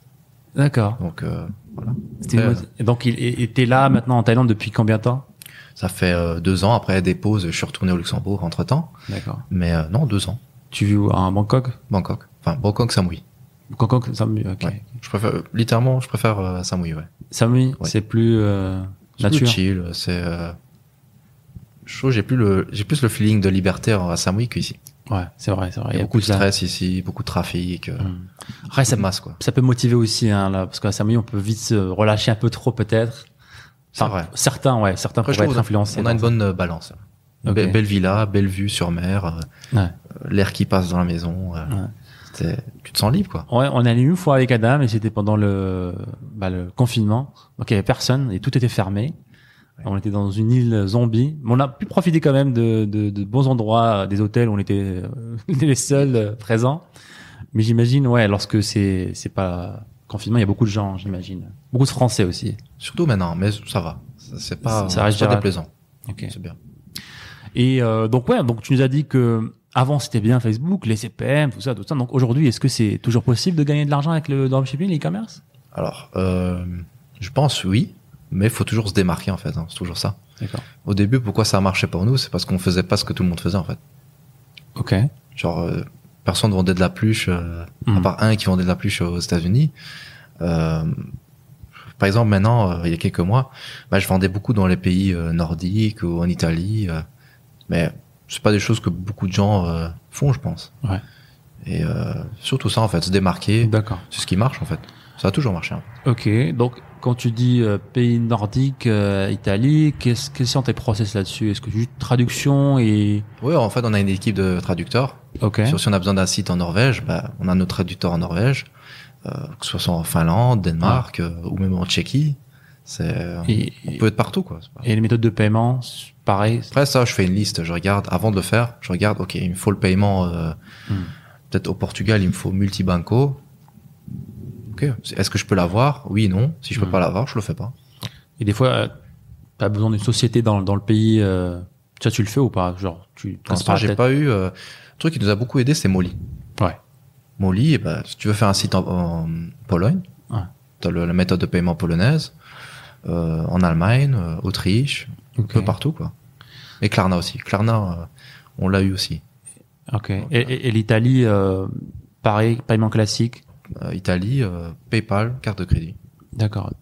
D'accord. Donc, euh, voilà. C'était une Euh, moti- Et Donc, il était là maintenant en Thaïlande depuis combien de temps Ça fait euh, deux ans. Après des pauses, je suis retourné au Luxembourg entre temps. D'accord. Mais euh, non, deux ans. Tu vis où À Bangkok Bangkok. Enfin, Bangkok, Samui. Bangkok, Samui. Ok. Ouais. Je préfère, littéralement, je préfère euh, Samui, ouais. Samui, Ouais. c'est plus euh, C'est nature. plus chill, c'est, euh, je trouve, que j'ai plus le, j'ai plus le feeling de liberté à Samui qu'ici. Ouais, c'est vrai, c'est vrai. Il y a beaucoup de ça. stress ici, beaucoup de trafic, euh, Hum. Après, ça, beaucoup de masse, quoi. ça peut motiver aussi, hein, là, parce qu'à Samui, on peut vite se relâcher un peu trop, peut-être. C'est Enfin, vrai. Certains, ouais, certains Après, je pourraient trouve être influencés. on a une par bonne euh, balance. Ok. Be- belle villa, belle vue sur mer, euh, Ouais. euh, l'air qui passe dans la maison, euh, Ouais. c'est- tu te sens libre, quoi. ça. Ouais, on est allé une fois avec Adam et c'était pendant le, bah, le confinement. Donc il y avait personne et tout était fermé. On était dans une île zombie. Mais on a pu profiter quand même de, de, de bons endroits, euh, des hôtels où on était euh, les seuls euh, présents. Mais j'imagine, ouais, lorsque c'est c'est pas confinement, il y a beaucoup de gens, j'imagine. Beaucoup de Français aussi. Surtout maintenant, mais ça va. Ça- C'est pas, Ça reste c'est pas gérable. déplaisant. Ok. C'est bien. Et euh, donc ouais, donc tu nous as dit que avant c'était bien Facebook, les CPM, tout ça, tout ça. Donc aujourd'hui, est-ce que c'est toujours possible de gagner de l'argent avec le dropshipping, l'e-commerce Alors, euh, je pense oui, mais il faut toujours se démarquer, en fait, hein, c'est toujours ça. D'accord. Au début, pourquoi ça marchait pour nous C'est parce qu'on faisait pas ce que tout le monde faisait en fait. Ok. Genre, euh, personne vendait de la pluche, euh, Mhm. à part un qui vendait de la pluche aux États-Unis. Euh, par exemple, maintenant, euh, il y a quelques mois, bah, je vendais beaucoup dans les pays euh, nordiques ou en Italie, euh, mais c'est pas des choses que beaucoup de gens euh, font, je pense. Ouais. Bah. Et euh, surtout ça, en fait, se démarquer, D'accord. c'est ce qui marche en fait. Ça a toujours marché. hein. Ok. Donc quand tu dis euh, pays nordique, euh, Italie, qu'est-ce quels sont tes process là-dessus Est-ce que tu traduction et Oui, en fait, on a une équipe de traducteurs Ok. Sur- si on a besoin d'un site en Norvège, bah, on a nos traducteurs en Norvège, euh, que ce soit en Finlande, Danemark euh, ou même en Tchéquie. C'est, Ah. euh, Et, on peut être partout quoi. C'est pas- et les méthodes de paiement, c'est pareil. Après ça, je fais une liste, je regarde avant de le faire, je regarde, ok, il me faut le paiement. euh, Hmm. Peut-être au Portugal, il me faut multibanco. Ok, est-ce que je peux l'avoir Oui, non. Si je peux Hmm. pas l'avoir, je le fais pas. Et des fois, tu as besoin d'une société dans, dans le pays. Euh, ça, tu le fais ou pas Genre, tu. Ah, Pour l'instant, Ah, j'ai pas eu. euh, le truc qui nous a beaucoup aidé, c'est Molly. Ouais. Molly, eh ben, si tu veux faire un site en, en Pologne, Ouais. tu as la méthode de paiement polonaise, euh, en Allemagne, euh, Autriche, Ok. un peu partout quoi. Et Klarna aussi. Klarna, euh, on l'a eu aussi. Ok. Et, et- et l'Italie, euh, pareil, paiement classique. Euh, Italie, euh, PayPal, carte de crédit. D'accord.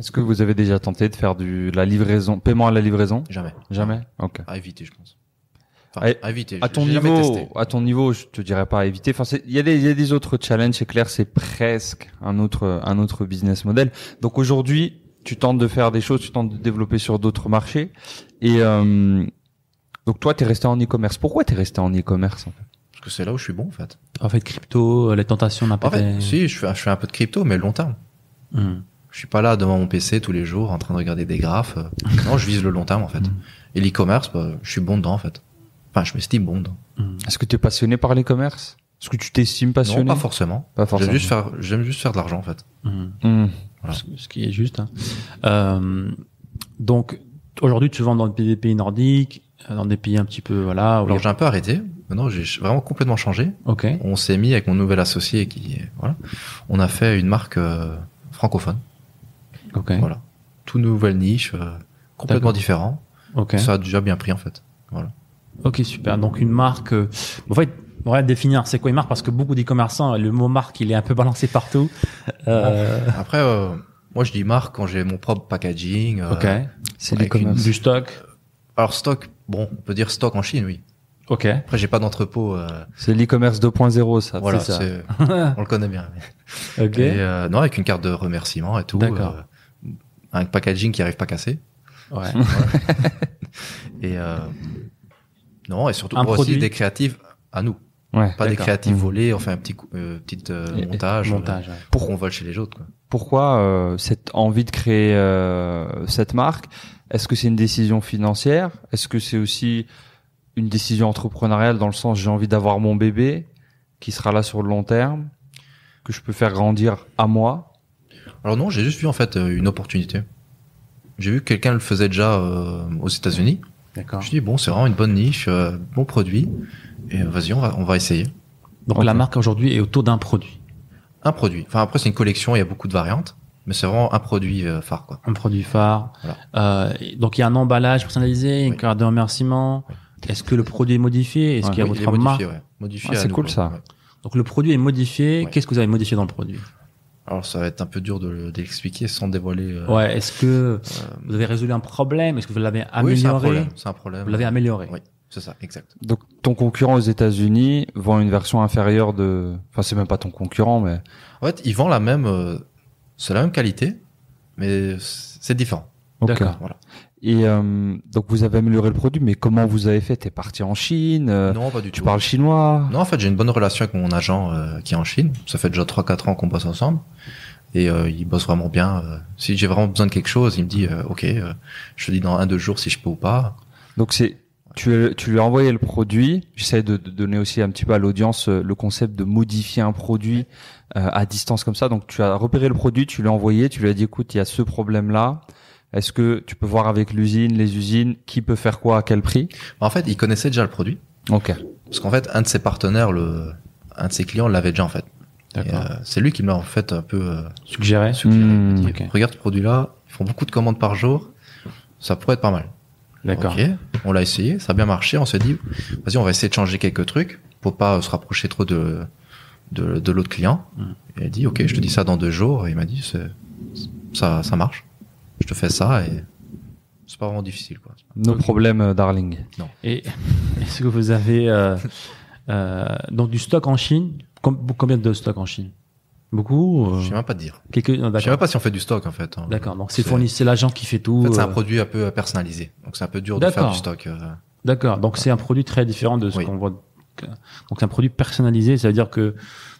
Est-ce que vous avez déjà tenté de faire du la livraison, paiement à la livraison Jamais. Jamais. Ok. À éviter, je pense. Enfin, À- à éviter. À j'ai- ton j'ai jamais niveau, testé. à ton niveau, je te dirais pas à éviter. Enfin, c'est- il y a des, il y a des autres challenges. C'est clair, c'est presque un autre, un autre business model. Donc aujourd'hui, tu tentes de faire des choses, tu tentes de développer sur d'autres marchés. Et euh, donc toi, t'es resté en e-commerce. Pourquoi t'es resté en e-commerce en fait Parce que c'est là où je suis bon, en fait. En fait, crypto, euh, les tentations En n'importe Hmm, fait, si, je fais, je fais un peu de crypto, mais long terme. Je suis pas là devant mon PC tous les jours en train de regarder des graphes. euh. Non, je vise le long terme, en fait. Mm. Et l'e-commerce, bah, je suis bon dedans, en fait. Enfin, je m'estime bon dedans. Est-ce que t'es passionné par l'e-commerce Est-ce que tu t'estimes passionné Non, pas forcément. Pas J'aime forcément. juste faire, j'aime juste faire de l'argent, en fait. Hmm. Voilà. Ce- Ce qui est juste. hein. Euh, donc, aujourd'hui, tu vends dans des pays nordiques, euh, dans des pays un petit peu, voilà. où il y a- Alors, j'ai un peu arrêté. Maintenant, j'ai vraiment complètement changé. Ok. On s'est mis avec mon nouvel associé qui, voilà. On a fait une marque euh, francophone. Ok. Voilà. Tout nouvelle niche, euh, complètement D'accord. différent. Ok. Ça a déjà bien pris, en fait. Ok, super. Donc, une marque. euh, en fait, on va définir c'est quoi une marque parce que beaucoup des commerçants, le mot marque, il est un peu balancé partout. Euh, Après, euh, moi, je dis marque quand j'ai mon propre packaging. euh, ok. C'est Avec une- l'e-commerce. Du stock. Alors, stock, bon, on peut dire stock en Chine, oui. Ok. Après, j'ai pas d'entrepôt. euh, C'est l'e-commerce 2.0 ça. voilà, c'est ça. c'est- on le connaît bien. Ok. Et, euh, non, avec une carte de remerciement et tout. D'accord. euh, un packaging qui arrive pas cassé. Ouais. Et euh, non, et surtout Un pour produit. aussi des créatifs à nous. Ouais. Pas des D'accord. Mmh. créatifs Mhm. volés, on fait un petit coup- euh, petite, euh, Et- et- montage. euh, Montage. ouais. pour qu'on vole chez les autres. Quoi. Pourquoi euh, cette envie de créer euh, cette marque Est-ce que c'est une décision financière Est-ce que c'est aussi une décision entrepreneuriale dans le sens j'ai envie d'avoir mon bébé qui sera là sur le long terme, que je peux faire grandir à moi Alors non, j'ai juste vu en fait euh, une opportunité. J'ai vu que quelqu'un le faisait déjà euh, aux États-Unis. Je me D'accord. suis dit bon, c'est vraiment une bonne niche, euh, bon produit. Et euh, vas-y, on va, on va essayer. Donc, euh, Ok. la marque aujourd'hui est autour d'un produit. Un produit. Enfin après c'est une collection, il y a beaucoup de variantes, mais c'est vraiment un produit euh, phare quoi. un produit phare. Euh, et donc il y a un emballage personnalisé, une Oui. carte de remerciement. Est-ce que le produit est modifié Est-ce Ouais. qu'il y a Oui, il est votre marque modifié, ouais. Modifié Ah, à c'est nous, cool, quoi. ça. Ouais. Donc le produit est modifié. Ouais. Qu'est-ce que vous avez modifié dans le produit Alors ça va être un peu dur de le- de l'expliquer sans dévoiler. euh, Ouais. Est-ce que euh, vous avez résolu un problème Est-ce que vous l'avez oui, c'est un amélioré problème. C'est un problème. Vous l'avez amélioré. Oui. C'est ça, exact. Donc ton concurrent aux États-Unis vend une version inférieure de enfin c'est même pas ton concurrent mais En fait, ils vendent la même, euh, c'est la même qualité, mais c'est différent. Ok. D'accord. Voilà. Et euh, donc vous avez amélioré le produit mais comment vous avez fait T'es parti en Chine euh, non, pas du Tu tout. parles chinois Non, en fait, j'ai une bonne relation avec mon agent euh, qui est en Chine. Ça fait déjà 3-4 ans qu'on bosse ensemble. Et euh, il bosse vraiment bien. euh. si j'ai vraiment besoin de quelque chose, il me dit, euh, OK, euh, je te dis dans un, deux jours si je peux ou pas. Donc c'est tu, tu lui as envoyé le produit. J'essaie de, de donner aussi un petit peu à l'audience euh, le concept de modifier un produit euh, à distance comme ça. Donc tu as repéré le produit, tu l'as envoyé, tu lui as dit écoute il y a ce problème là. Est-ce que tu peux voir avec l'usine, les usines, qui peut faire quoi à quel prix En fait, il connaissait déjà le produit. Ok. Parce qu'en fait, un de ses partenaires, le, un de ses clients l'avait déjà, en fait. Et, D'accord. euh, c'est lui qui me l'a, en fait, un peu euh, Suggéré. suggéré. Il m'a Hmm, dit, ok. Regarde ce produit-là. Ils font beaucoup de commandes par jour. Ça pourrait être pas mal. D'accord. Ok, on l'a essayé, ça a bien marché. On s'est dit, vas-y, on va essayer de changer quelques trucs pour pas euh, se rapprocher trop de de, de l'autre client. Mm. Et elle dit, ok, je te dis ça dans deux jours. Et il m'a dit, c'est- ça, ça marche. Je te fais ça et c'est pas vraiment difficile, quoi. Nos problèmes, euh, darling. Et est-ce que vous avez euh, euh, donc du stock en Chine Com- Combien de stock en Chine Beaucoup. euh, Je sais même pas te dire. Quelques. non, Je sais même D'accord. pas si on fait du stock en fait. hein. D'accord. Donc c'est C'est- fourni, c'est l'agent qui fait tout. En fait, c'est un euh, produit un peu personnalisé, donc c'est un peu dur de faire D'accord. du stock. euh. D'accord. Donc c'est un produit très différent de ce Oui. qu'on voit. Donc c'est un produit personnalisé, ça veut dire que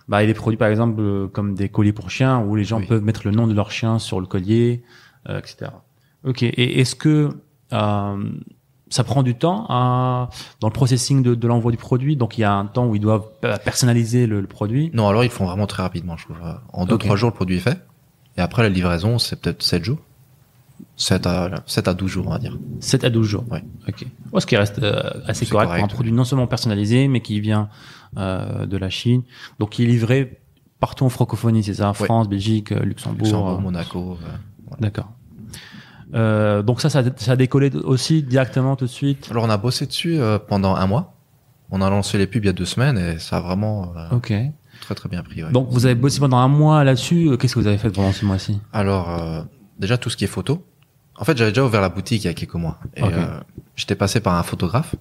bah, il y a des produits par exemple euh, comme des colliers pour chiens où les gens Oui. peuvent mettre le nom de leur chien sur le collier, euh, etc. Ok. Et est-ce que euh, ça prend du temps à- dans le processing de, de l'envoi du produit Donc il y a un temps où ils doivent euh, personnaliser le, le produit. Non, alors ils le font vraiment très rapidement, je trouve. En deux Ok. trois jours, le produit est fait. Et après la livraison, c'est peut-être 7 jours. 7 à, 7 à 12 jours, on va dire. 7 à 12 jours. Ouais. Ok. Ouais, ce qui reste euh, assez C'est correct, pour correct, un produit non seulement personnalisé, mais qui vient euh, de la Chine. Donc, qui est livré partout en francophonie, c'est ça France, Belgique, euh, Luxembourg. Luxembourg, euh, Monaco. euh. D'accord. Euh, donc ça, ça, ça a décollé aussi directement tout de suite. Alors on a bossé dessus euh, pendant un mois. On a lancé les pubs il y a deux semaines et ça a vraiment euh, Ok. très très bien pris. ouais. Donc vous avez bossé pendant un mois là-dessus. Euh, Qu'est-ce que vous avez fait pendant ce mois-ci Alors euh, déjà tout ce qui est photo. En fait j'avais déjà ouvert la boutique il y a quelques mois et Ok. euh, j'étais passé par un photographe.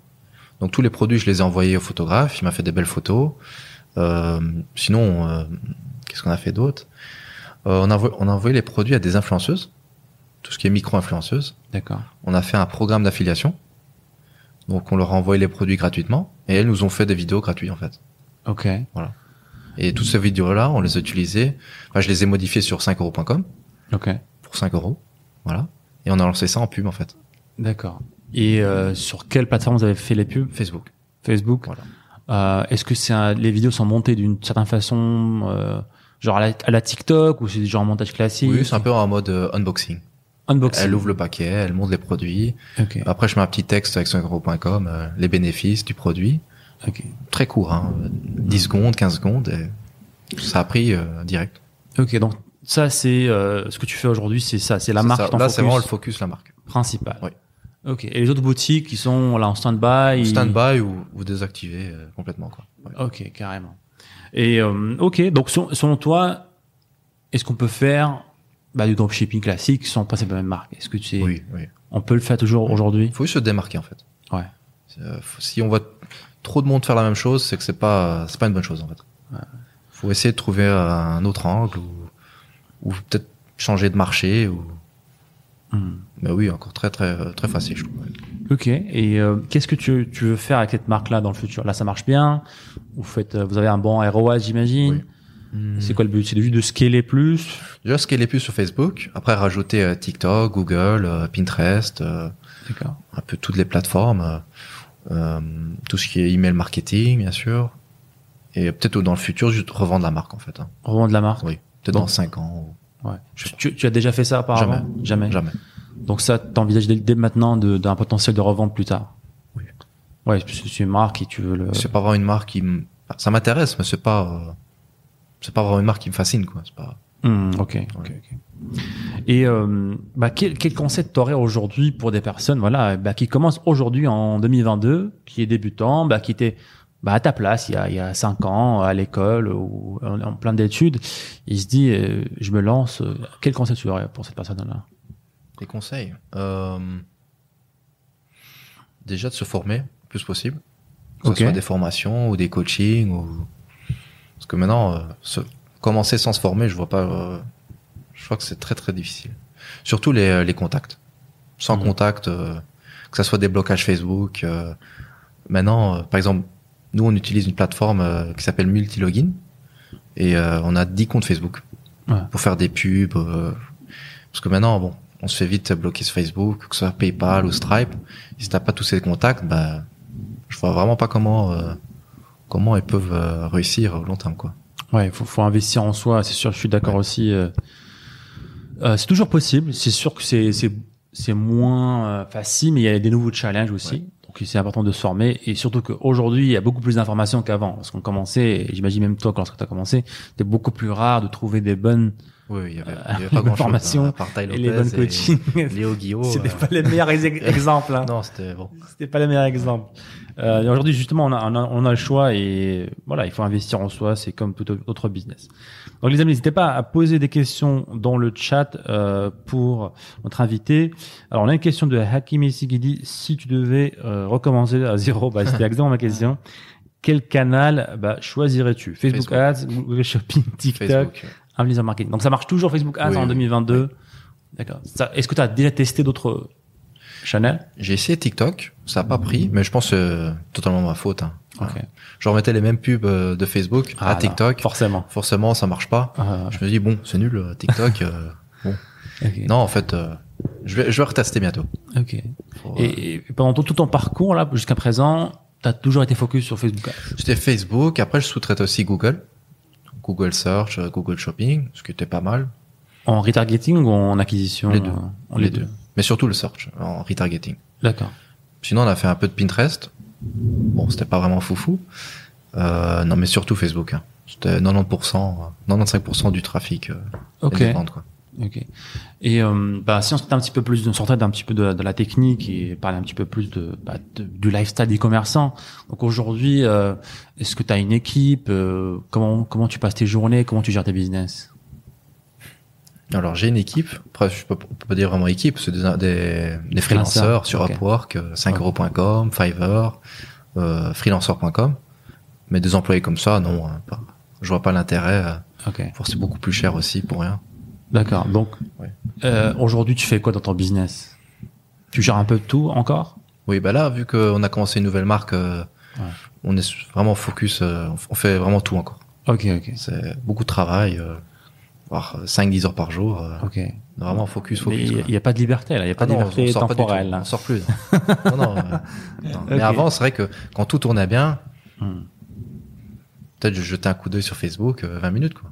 Donc tous les produits je les ai envoyés au photographe. Il m'a fait des belles photos. Euh, sinon euh, qu'est-ce qu'on a fait d'autre Euh, on, a envoyé, on a envoyé les produits à des influenceuses tout ce qui est micro-influenceuse. D'accord. On a fait un programme d'affiliation. Donc on leur a envoyé les produits gratuitement et elles nous ont fait des vidéos gratuites en fait. Ok. Et toutes ces vidéos-là, on les a utilisées. Enfin, je les ai modifiées sur 5euros.com Ok. pour 5 euros. Voilà. Et on a lancé ça en pub en fait. D'accord. Et euh, sur quelle plateforme vous avez fait les pubs Facebook. Facebook. Voilà. Euh, Est-ce que c'est un- les vidéos sont montées d'une certaine façon, euh, genre à la, à la TikTok ou c'est du genre un montage classique Oui, c'est un peu en mode euh, unboxing. unboxing. Elle ouvre Ah. le paquet, elle montre les produits. Ok. Après, je mets un petit texte avec 5euros.com, euh, les bénéfices du produit. Ok. Très court, hein, euh, 10 Mm. secondes, 15 secondes. et ça a pris euh, direct. Ok. Donc ça c'est euh, ce que tu fais aujourd'hui, c'est ça, c'est la C'est marque ça. ton Là, focus c'est vraiment le focus, la marque. principal. Oui. Ok. Et les autres boutiques qui sont là en stand-by. Stand-by ou, ou désactiver euh, complètement. Quoi. Ouais. Ok, carrément. Et euh, ok, donc selon, selon toi, est-ce qu'on peut faire bah, du dropshipping classique sans passer par la même marque Est-ce que tu sais, Oui, oui. on peut le faire toujours aujourd'hui Il faut juste se démarquer, en fait. Ouais. Euh, faut- si on voit trop de monde faire la même chose, c'est que c'est pas, c'est pas une bonne chose, en fait. Faut essayer de trouver un autre angle ou, ou peut-être changer de marché ou. Hmm. Mais oui, encore très, très, très facile, je trouve. ouais. Ok. Et euh, qu'est-ce que tu, tu veux faire avec cette marque-là dans le futur Là, ça marche bien. Vous faites, euh, vous avez un bon ROI, j'imagine. C'est quoi le but C'est juste de scaler plus. Déjà, ce qu'elle est plus sur Facebook. Après, rajouter euh, TikTok, Google, euh, Pinterest, euh, D'accord. un peu toutes les plateformes, euh, euh, tout ce qui est email marketing, bien sûr. Et peut-être dans le futur, juste revendre la marque, en fait. hein. Revendre la marque. Oui. Peut-être Bon. dans 5 ans Ouais. Tu, tu- tu as déjà fait ça apparemment ou Jamais. jamais. Donc ça, t'envisages dès, dès maintenant de- d'un potentiel de revente plus tard. Oui. Ouais, parce que c'est une marque et tu veux le. Euh, C'est pas vraiment une marque qui me... enfin, Ça m'intéresse, mais c'est pas... euh, C'est pas vraiment une marque qui me fascine, quoi. C'est pas... Hmm, ok, ok, ok. Et euh, bah, quel, quel conseil t'aurais aujourd'hui pour des personnes voilà, bah, qui commencent aujourd'hui en 2022, qui est débutant, bah, qui était bah, à ta place il y a, il y a cinq ans à l'école ou en, en plein d'études, il se dit euh, je me lance. euh, Quel conseil tu aurais pour cette personne-là Des conseils. Euh, Déjà de se former le plus possible. Que ce Ok. soit des formations ou des coachings. Ou... Parce que maintenant, euh, se- commencer sans se former, je vois pas. euh, Je crois que c'est très très difficile. Surtout les, les contacts. Sans Mhm. contact, euh, que ça soit des blocages Facebook. euh, Maintenant, euh, par exemple, nous on utilise une plateforme euh, qui s'appelle Multilogin et euh, on a 10 comptes Facebook Ouais. pour faire des pubs. euh, parce que maintenant, bon, on se fait vite bloquer sur Facebook, que ce soit PayPal ou Stripe. Si t'as pas tous ces contacts, bah, je vois vraiment pas comment euh, comment ils peuvent euh, réussir au long terme, quoi. Ouais, il faut, faut investir en soi, c'est sûr, je suis d'accord Ouais. aussi. euh, euh, c'est toujours possible, c'est sûr que c'est, c'est, c'est moins euh, facile, mais il y a des nouveaux challenges aussi. Donc c'est important de se former et surtout qu'aujourd'hui, il y a beaucoup plus d'informations qu'avant. Parce qu'on commençait, et j'imagine même toi, quand lorsque tu as commencé, c'était beaucoup plus rare de trouver des bonnes, Oui, oui, il y avait, il y avait les pas grand formations chose. à part Ty et Lopez les bonnes et coachings. Léo Guillot. c'était euh, pas les meilleurs ex- exemples. hein. Non, c'était bon. C'était pas le meilleur exemple. Euh, et Aujourd'hui, justement, on a, on, a, on a le choix et voilà, il faut investir en soi. C'est comme tout au- autre business. Donc, les amis, n'hésitez pas à poser des questions dans le chat euh, pour notre invité. Alors, on a une question de Hakimi Essi qui dit si tu devais euh, recommencer à zéro, bah, c'était exactement ma question. Quel canal bah, choisirais-tu Facebook, Facebook. Ads, Google Shopping, TikTok, Facebook. Influencer Marketing. Donc, ça marche toujours Facebook Ads Oui, en oui. 2022. D'accord. Ça- Est-ce que tu as déjà testé d'autres channels J'ai essayé TikTok, ça a pas pris, mais je pense euh, totalement ma faute. hein. Ok. Je remettais les mêmes pubs euh, de Facebook Ah, à non, TikTok. Euh, forcément. Forcément, ça marche pas. Ah, Je me dis bon, c'est nul euh, TikTok. euh, ok. non, en fait, euh, je vais je vais retester bientôt. Ok. Faut, euh, Et, et pendant tout, tout ton parcours là, jusqu'à présent, t'as toujours été focus sur Facebook. Ads. C'était Facebook. Après, je sous-traite aussi Google. Google Search, euh, Google Shopping, ce qui était pas mal. En retargeting ou en acquisition Les deux. euh, en Les deux. Mais surtout le search, en retargeting. D'accord. Sinon, on a fait un peu de Pinterest. Bon, c'était pas vraiment foufou. Euh, non, mais surtout Facebook. hein. C'était 90%, euh, 95% du trafic euh, Ok. et des ventes, quoi. Ok. Et euh, bah, si on sortait un petit peu plus, on sortait d'un petit peu de, la- de la technique et parlait un petit peu plus de, bah, de- du lifestyle des commerçants. Donc aujourd'hui, euh, est-ce que tu as une équipe euh, Comment comment tu passes tes journées Comment tu gères tes business Alors, j'ai une équipe. Après, je peux, on peut pas dire vraiment équipe. C'est des, des, des freelanceurs sur ok. Upwork, euh, 5euros.com, Fiverr, euh, freelancer.com. Mais des employés comme ça, non. hein, pas- je vois pas l'intérêt. euh, Ok. Pour c'est beaucoup plus cher aussi pour rien. D'accord. Donc, Ouais. euh, aujourd'hui, tu fais quoi dans ton business Tu gères un peu de tout encore Oui, bah là, vu qu'on a commencé une nouvelle marque, euh, Ouais. on est vraiment focus, euh, on f- on fait vraiment tout encore. Ok, ok. C'est beaucoup de travail, euh, voire 5-10 heures par jour. euh, Ok. vraiment focus, Mais focus. quoi. il n'y a pas de liberté là, il n'y a pas Ah de non, liberté on sort pas du tout, temporelle. là. on sort plus. non, non, euh, non. Mais Ok. avant, c'est vrai que quand tout tournait bien, Hmm. peut-être je jetais un coup d'œil sur Facebook, euh, 20 minutes quoi.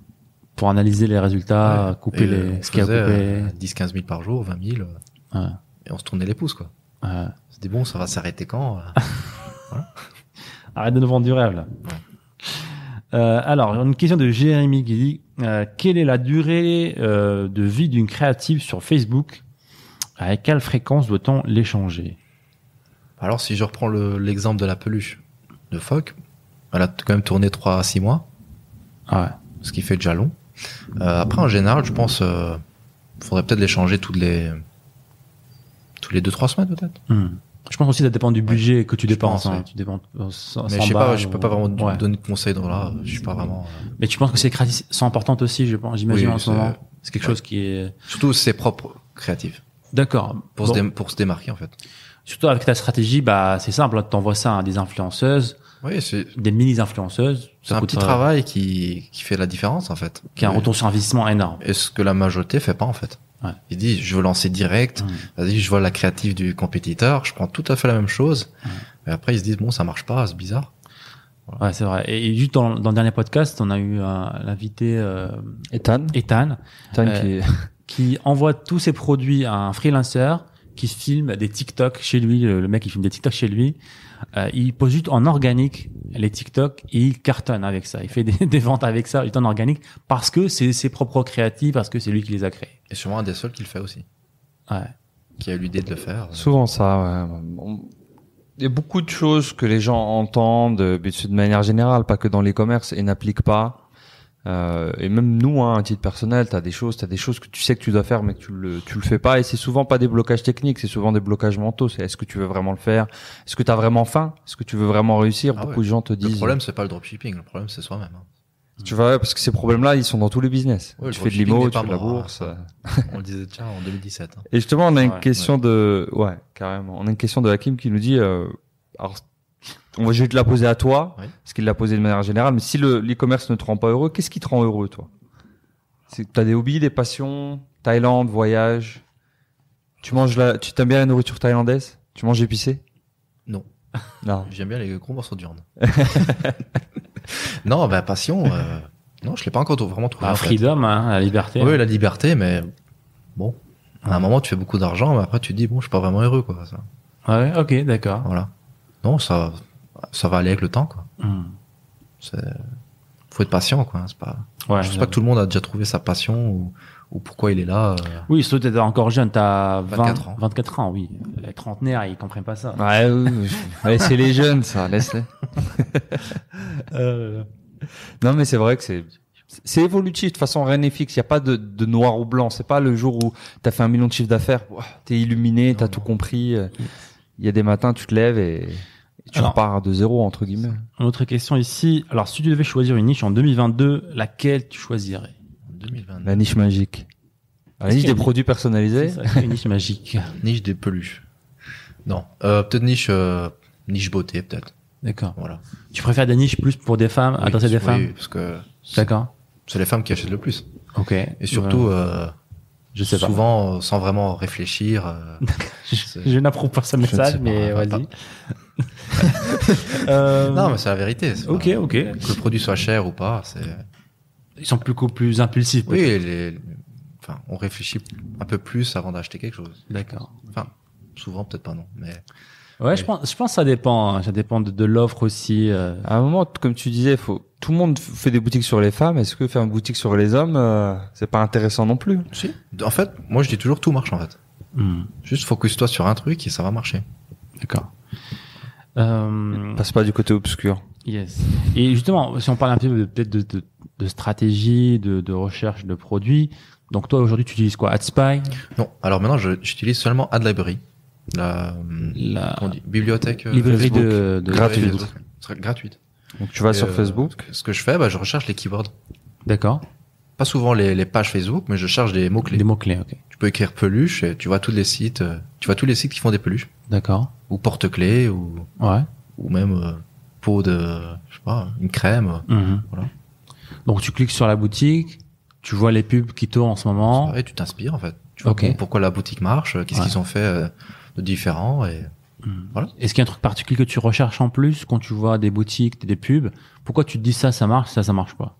Pour analyser les résultats, Ouais. couper Et, les, euh, on ce qu'il y a faisait, coupé. euh, 10-15 000 par jour, 20 000. euh, Ouais. Et on se tournait les pouces quoi. Ouais. On se dit bon, ça va s'arrêter quand euh Arrête de nous vendre du rêve là. Euh, alors, une question de Jérémy qui dit euh, Quelle est la durée euh, de vie d'une créative sur Facebook À quelle fréquence doit-on l'échanger Alors, si je reprends le- l'exemple de la peluche de Foc, elle a t- quand même tourné 3 à 6 mois, Ouais. ce qui fait déjà long. Euh, après, en général, je pense, euh, faudrait peut-être les changer toutes les, tous les 2-3 semaines peut-être. Hmm. Je pense aussi que ça dépend du budget que tu Je dépenses. pense, hein. ouais. Tu dépenses euh, 100 Mais je sais 100 pas, balles je peux ou- pas vraiment d- Ouais. donner de conseils dans là, je suis pas vraiment. euh, Mais tu penses que ces créatifs sont importantes aussi, je pense, j'imagine Oui, en ce c'est- moment. C'est quelque ouais. chose qui est. Surtout, c'est propre créatif. D'accord. Pour, Bon. se dé- pour se démarquer en fait. Surtout avec ta stratégie, bah c'est simple. Tu envoies ça à des influenceuses, Oui, c'est des mini-influenceuses. euh, c'est un petit travail qui, qui fait la différence en fait. Qui a un Oui. retour sur investissement énorme. Et ce que la majorité fait pas en fait. Ouais. Il dit je veux lancer direct, Mm. vas-y je vois la créative du compétiteur, je prends tout à fait la même chose. Et après ils se disent bon ça marche pas, c'est bizarre. Ouais, c'est vrai. Et, et juste dans, dans le dernier podcast, on a eu un- l'invité euh, Ethan, Ethan Ethan Euh, qui est... qui envoie tous ses produits à un freelancer qui filme des TikTok chez lui. Le, le mec, il filme des TikTok chez lui. Euh, il pose juste en organique les TikTok et il cartonne avec ça. Il fait des, des ventes avec ça, juste en organique, parce que c'est ses propres créatifs, parce que c'est lui qui les a créés. Et sûrement un des seuls qui le fait aussi, Ouais. qui a eu l'idée de le faire. Souvent ça, ouais. On- Il y a beaucoup de choses que les gens entendent euh, mais c'est de manière générale, pas que dans les commerces, et n'appliquent pas. Euh, et même nous, hein, à titre personnel, t'as des choses, t'as des choses que tu sais que tu dois faire, mais que tu le, tu le fais pas. Et c'est souvent pas des blocages techniques, c'est souvent des blocages mentaux. C'est est-ce que tu veux vraiment le faire Est-ce que t'as vraiment faim Est-ce que tu veux vraiment réussir Ah Beaucoup ouais. de gens te Le disent. problème c'est pas le dropshipping, le problème c'est soi-même. hein. Tu vois, parce que ces problèmes-là, ils sont dans tous les business. Ouais, le tu fais de dropshipping l'IMO, n'est tu pas fais de la mort, hein. bourse. euh. On le disait déjà en 2017. hein. Et justement, on a une Ouais, question de, ouais, carrément. On a une question de Hakim qui nous dit, euh, alors, on va, je vais te la poser à toi, Oui. parce qu'il l'a posée de manière générale, mais si le- l'e-commerce ne te rend pas heureux, qu'est-ce qui te rend heureux, toi? C'est, t'as des hobbies, des passions, Thaïlande, voyage. Tu manges la, tu t'aimes bien la nourriture thaïlandaise? Tu manges épicé? Non, Non. j'aime bien les gros morceaux de viande. non, bah passion, euh, non je l'ai pas encore trou- vraiment trouvé. Bah, en fait. freedom, hein, la liberté. Oui, la liberté, mais bon, à un moment tu fais beaucoup d'argent, mais après tu te dis bon je suis pas vraiment heureux quoi. Ça. Ouais, ok, d'accord. Voilà. Non, ça, ça va aller avec le temps, quoi. Hmm. C'est- Faut être patient, quoi. C'est pas, Ouais, je pense pas que tout le monde a déjà trouvé sa passion ou, ou pourquoi il est là. euh. Oui, surtout t'es encore jeune, t'as 20 24 ans. 24 ans, oui. Les trentenaires, ils comprennent pas ça. Ouais, oui, oui. Ouais, c'est les jeunes, ça, laisse-les. Euh, Non, mais c'est vrai que c'est c'est évolutif. De toute façon, rien n'est fixe. Il n'y a pas de, de noir ou blanc. C'est pas le jour où t'as fait un million de chiffres d'affaires, ouah, t'es illuminé, t'as Non, tout non. compris. Euh, Il y a des matins, tu te lèves et tu Alors- repars de zéro entre guillemets. Une autre question ici. Alors, si tu devais choisir une niche en 2022, laquelle tu choisirais En 2022. La niche magique. La niche qu'il y a des une- produits personnalisés. C'est ça, Une niche magique. Niche des peluches. Non, euh, peut-être niche, euh, niche beauté, peut-être. D'accord. Voilà. Tu préfères des niches plus pour des femmes, Oui, adresser Ah, des oui, femmes parce que c'est D'accord. c'est les femmes qui achètent le plus. Ok. Et surtout, euh, je sais pas. souvent, euh, sans vraiment réfléchir. euh, c'est- je n'approuve pas ce ne sais message, pas, mais pas- vas-y. Euh, non, mais c'est la vérité. c'est Ok, pas- ok. Que le produit soit cher ou pas, c'est. Ils sont beaucoup plus impulsifs. Oui, peut-être. les- enfin, on réfléchit un peu plus avant d'acheter quelque chose. D'accord. Enfin, souvent peut-être pas non, mais Ouais, je pense, je pense que ça dépend. hein. Ça dépend de, de l'offre aussi. euh. À un moment, t- comme tu disais, faut tout le monde f- fait des boutiques sur les femmes. Est-ce que faire une boutique sur les hommes, euh, c'est pas intéressant non plus si. En fait, moi je dis toujours tout marche en fait. Hmm, Juste focus-toi sur un truc et ça va marcher. D'accord. Euh, Passe pas du côté obscur. Yes. Et justement, si on parle un petit peu de- peut-être de, de, de stratégie, de, de recherche de produits, donc toi aujourd'hui tu utilises quoi AdSpy Non, alors maintenant je- j'utilise sellement AdLibrary, la, euh, La qu'on dit, bibliothèque euh, librairie Facebook. de, de Gratuite. Librairie Facebook. C'est gratuite. Donc tu vas Et, sur euh, Facebook. Ce que je fais, bah, je recherche les keywords. D'accord. pas souvent les, les pages Facebook, mais je cherche des mots-clés. Des mots-clés, ok. Tu peux écrire peluche et tu vois tous les sites, euh, tu vois tous les sites qui font des peluches. D'accord. Ou porte-clés, ou, Ouais. ou même euh, peau de, je sais pas, une crème. Mhm. Voilà. Donc tu cliques sur la boutique, tu vois les pubs qui tournent en ce moment. Et tu t'inspires, en fait. Tu vois Ok. bon, pourquoi la boutique marche, euh, qu'est-ce Ouais. qu'ils ont fait euh, de différent et Est-ce qu'il y a un truc particulier que tu recherches en plus quand tu vois des boutiques, des pubs Pourquoi tu te dis ça, ça marche, ça, ça marche pas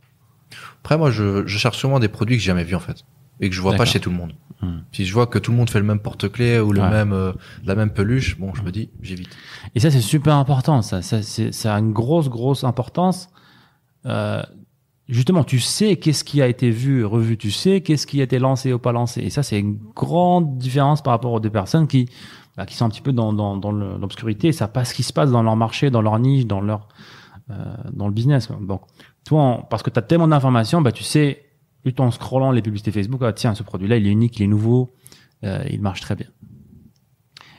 Après, moi, je, je cherche sûrement des produits que j'ai jamais vus, en fait. Et que je vois pas D'accord. chez tout le monde. Hmm. Si je vois que tout le monde fait le même porte-clés ou le Ouais. même, euh, la même peluche, bon, je me dis, j'évite. Et ça, c'est super important. Ça, ça, c'est- ça a une grosse, grosse importance. Euh, justement, tu sais qu'est-ce qui a été vu, revu. Tu sais qu'est-ce qui a été lancé ou pas lancé. Et ça, c'est une grande différence par rapport aux deux personnes qui, bah, qui sont un petit peu dans, dans, dans le- l'obscurité. Ils savent pas ce qui se passe dans leur marché, dans leur niche, dans leur euh, dans le business. quoi. Donc, toi, en- parce que tu as tellement d'informations, bah, tu sais, tout en scrollant les publicités Facebook, ah, tiens, ce produit-là, il est unique, il est nouveau, euh, il marche très bien.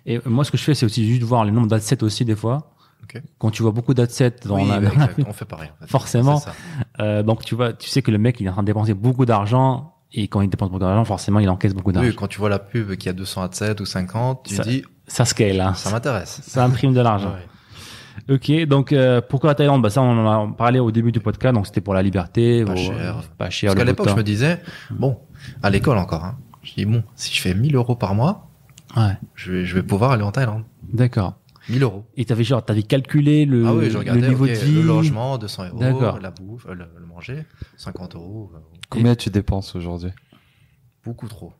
Et moi, ce que je fais, c'est aussi juste voir le nombre d'adsets aussi, des fois. Ok. Quand tu vois beaucoup d'adsets dans Oui, la... bah, exact, on fait pareil. En fait. Forcément. C'est ça. Euh, donc, tu vois, tu sais que le mec, il est en train de dépenser beaucoup d'argent. Et quand il dépense beaucoup d'argent, forcément, il encaisse beaucoup d'argent. Oui, quand tu vois la pub qui a 200 adsets ou 50, tu Ça- dis, Ça scale, hein. ça m'intéresse. Ça imprime de l'argent. Ouais. Ok, donc euh, pourquoi la Thaïlande bah, Ça, on en a parlé au début du podcast, donc c'était pour la liberté, Pas au- cher. pas cher. Parce le qu'à l'époque, je beau me disais, bon, à l'école encore, hein, je dis, bon, si je fais 1000 euros par mois, temps. Ouais, je vais, je vais pouvoir aller en Thaïlande. d'accord. 1000 euros. Et t'avais genre, t'avais calculé le, ah oui, je le regardais, niveau ok, de vie. le logement, 200 euros, D'accord. la bouffe, euh, le, le manger, 50 euros, euh, Combien tu dépenses aujourd'hui beaucoup trop.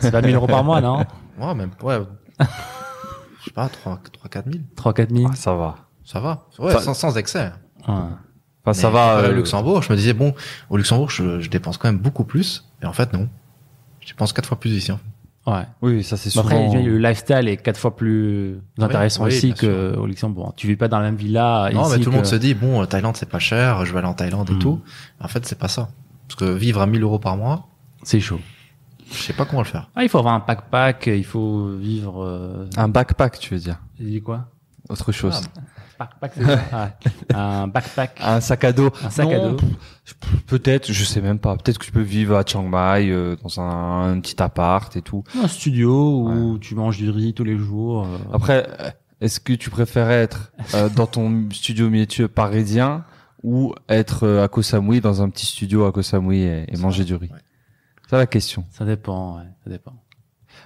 C'est pas 1000 euros par mois, non Ouais, même, ouais, je sais pas, 3, 3 4 000, 3 4 000. Ah, ça va. ça va. Ouais, Ça- sans, sans excès. Ouais. Ah, Enfin, ça Mais va. quand je vais euh, Au Luxembourg, je me disais, bon, au Luxembourg, je, je dépense quand même beaucoup plus. Et en fait, non. Je dépense 4 fois plus ici. hein. ouais. Oui, ça c'est Bah, souvent. Après, le lifestyle est quatre fois plus intéressant oui, ici bien sûr. qu'au Luxembourg. Tu vis pas dans la même villa. Non, ici mais tout le monde Ah, que- se dit, bon, euh, Thaïlande, c'est pas cher, je vais aller en Thaïlande Hmm. et tout. En fait, c'est pas ça. Parce que vivre à 1000 euros par mois, C'est chaud. je sais pas comment le faire. Ah, il faut avoir un pack-pack, il faut vivre. Euh... Un backpack, tu veux dire J'ai dit quoi Autre chose. Ah, Pack-pack, c'est ça Ouais. Un backpack. Un sac à dos. bah. Un sac à Non, dos. p- p- Peut-être, je sais même pas. Peut-être que tu peux vivre à Chiang Mai euh, dans un, un petit appart et tout. Un studio où tu manges du riz tous les jours. euh, Après, euh, est-ce que tu préfères être euh, dans ton studio métier parisien ou être euh, à Koh Samui dans un petit studio à Koh Samui et, et manger du riz Ouais. C'est la question. Ça dépend, ouais, ça dépend.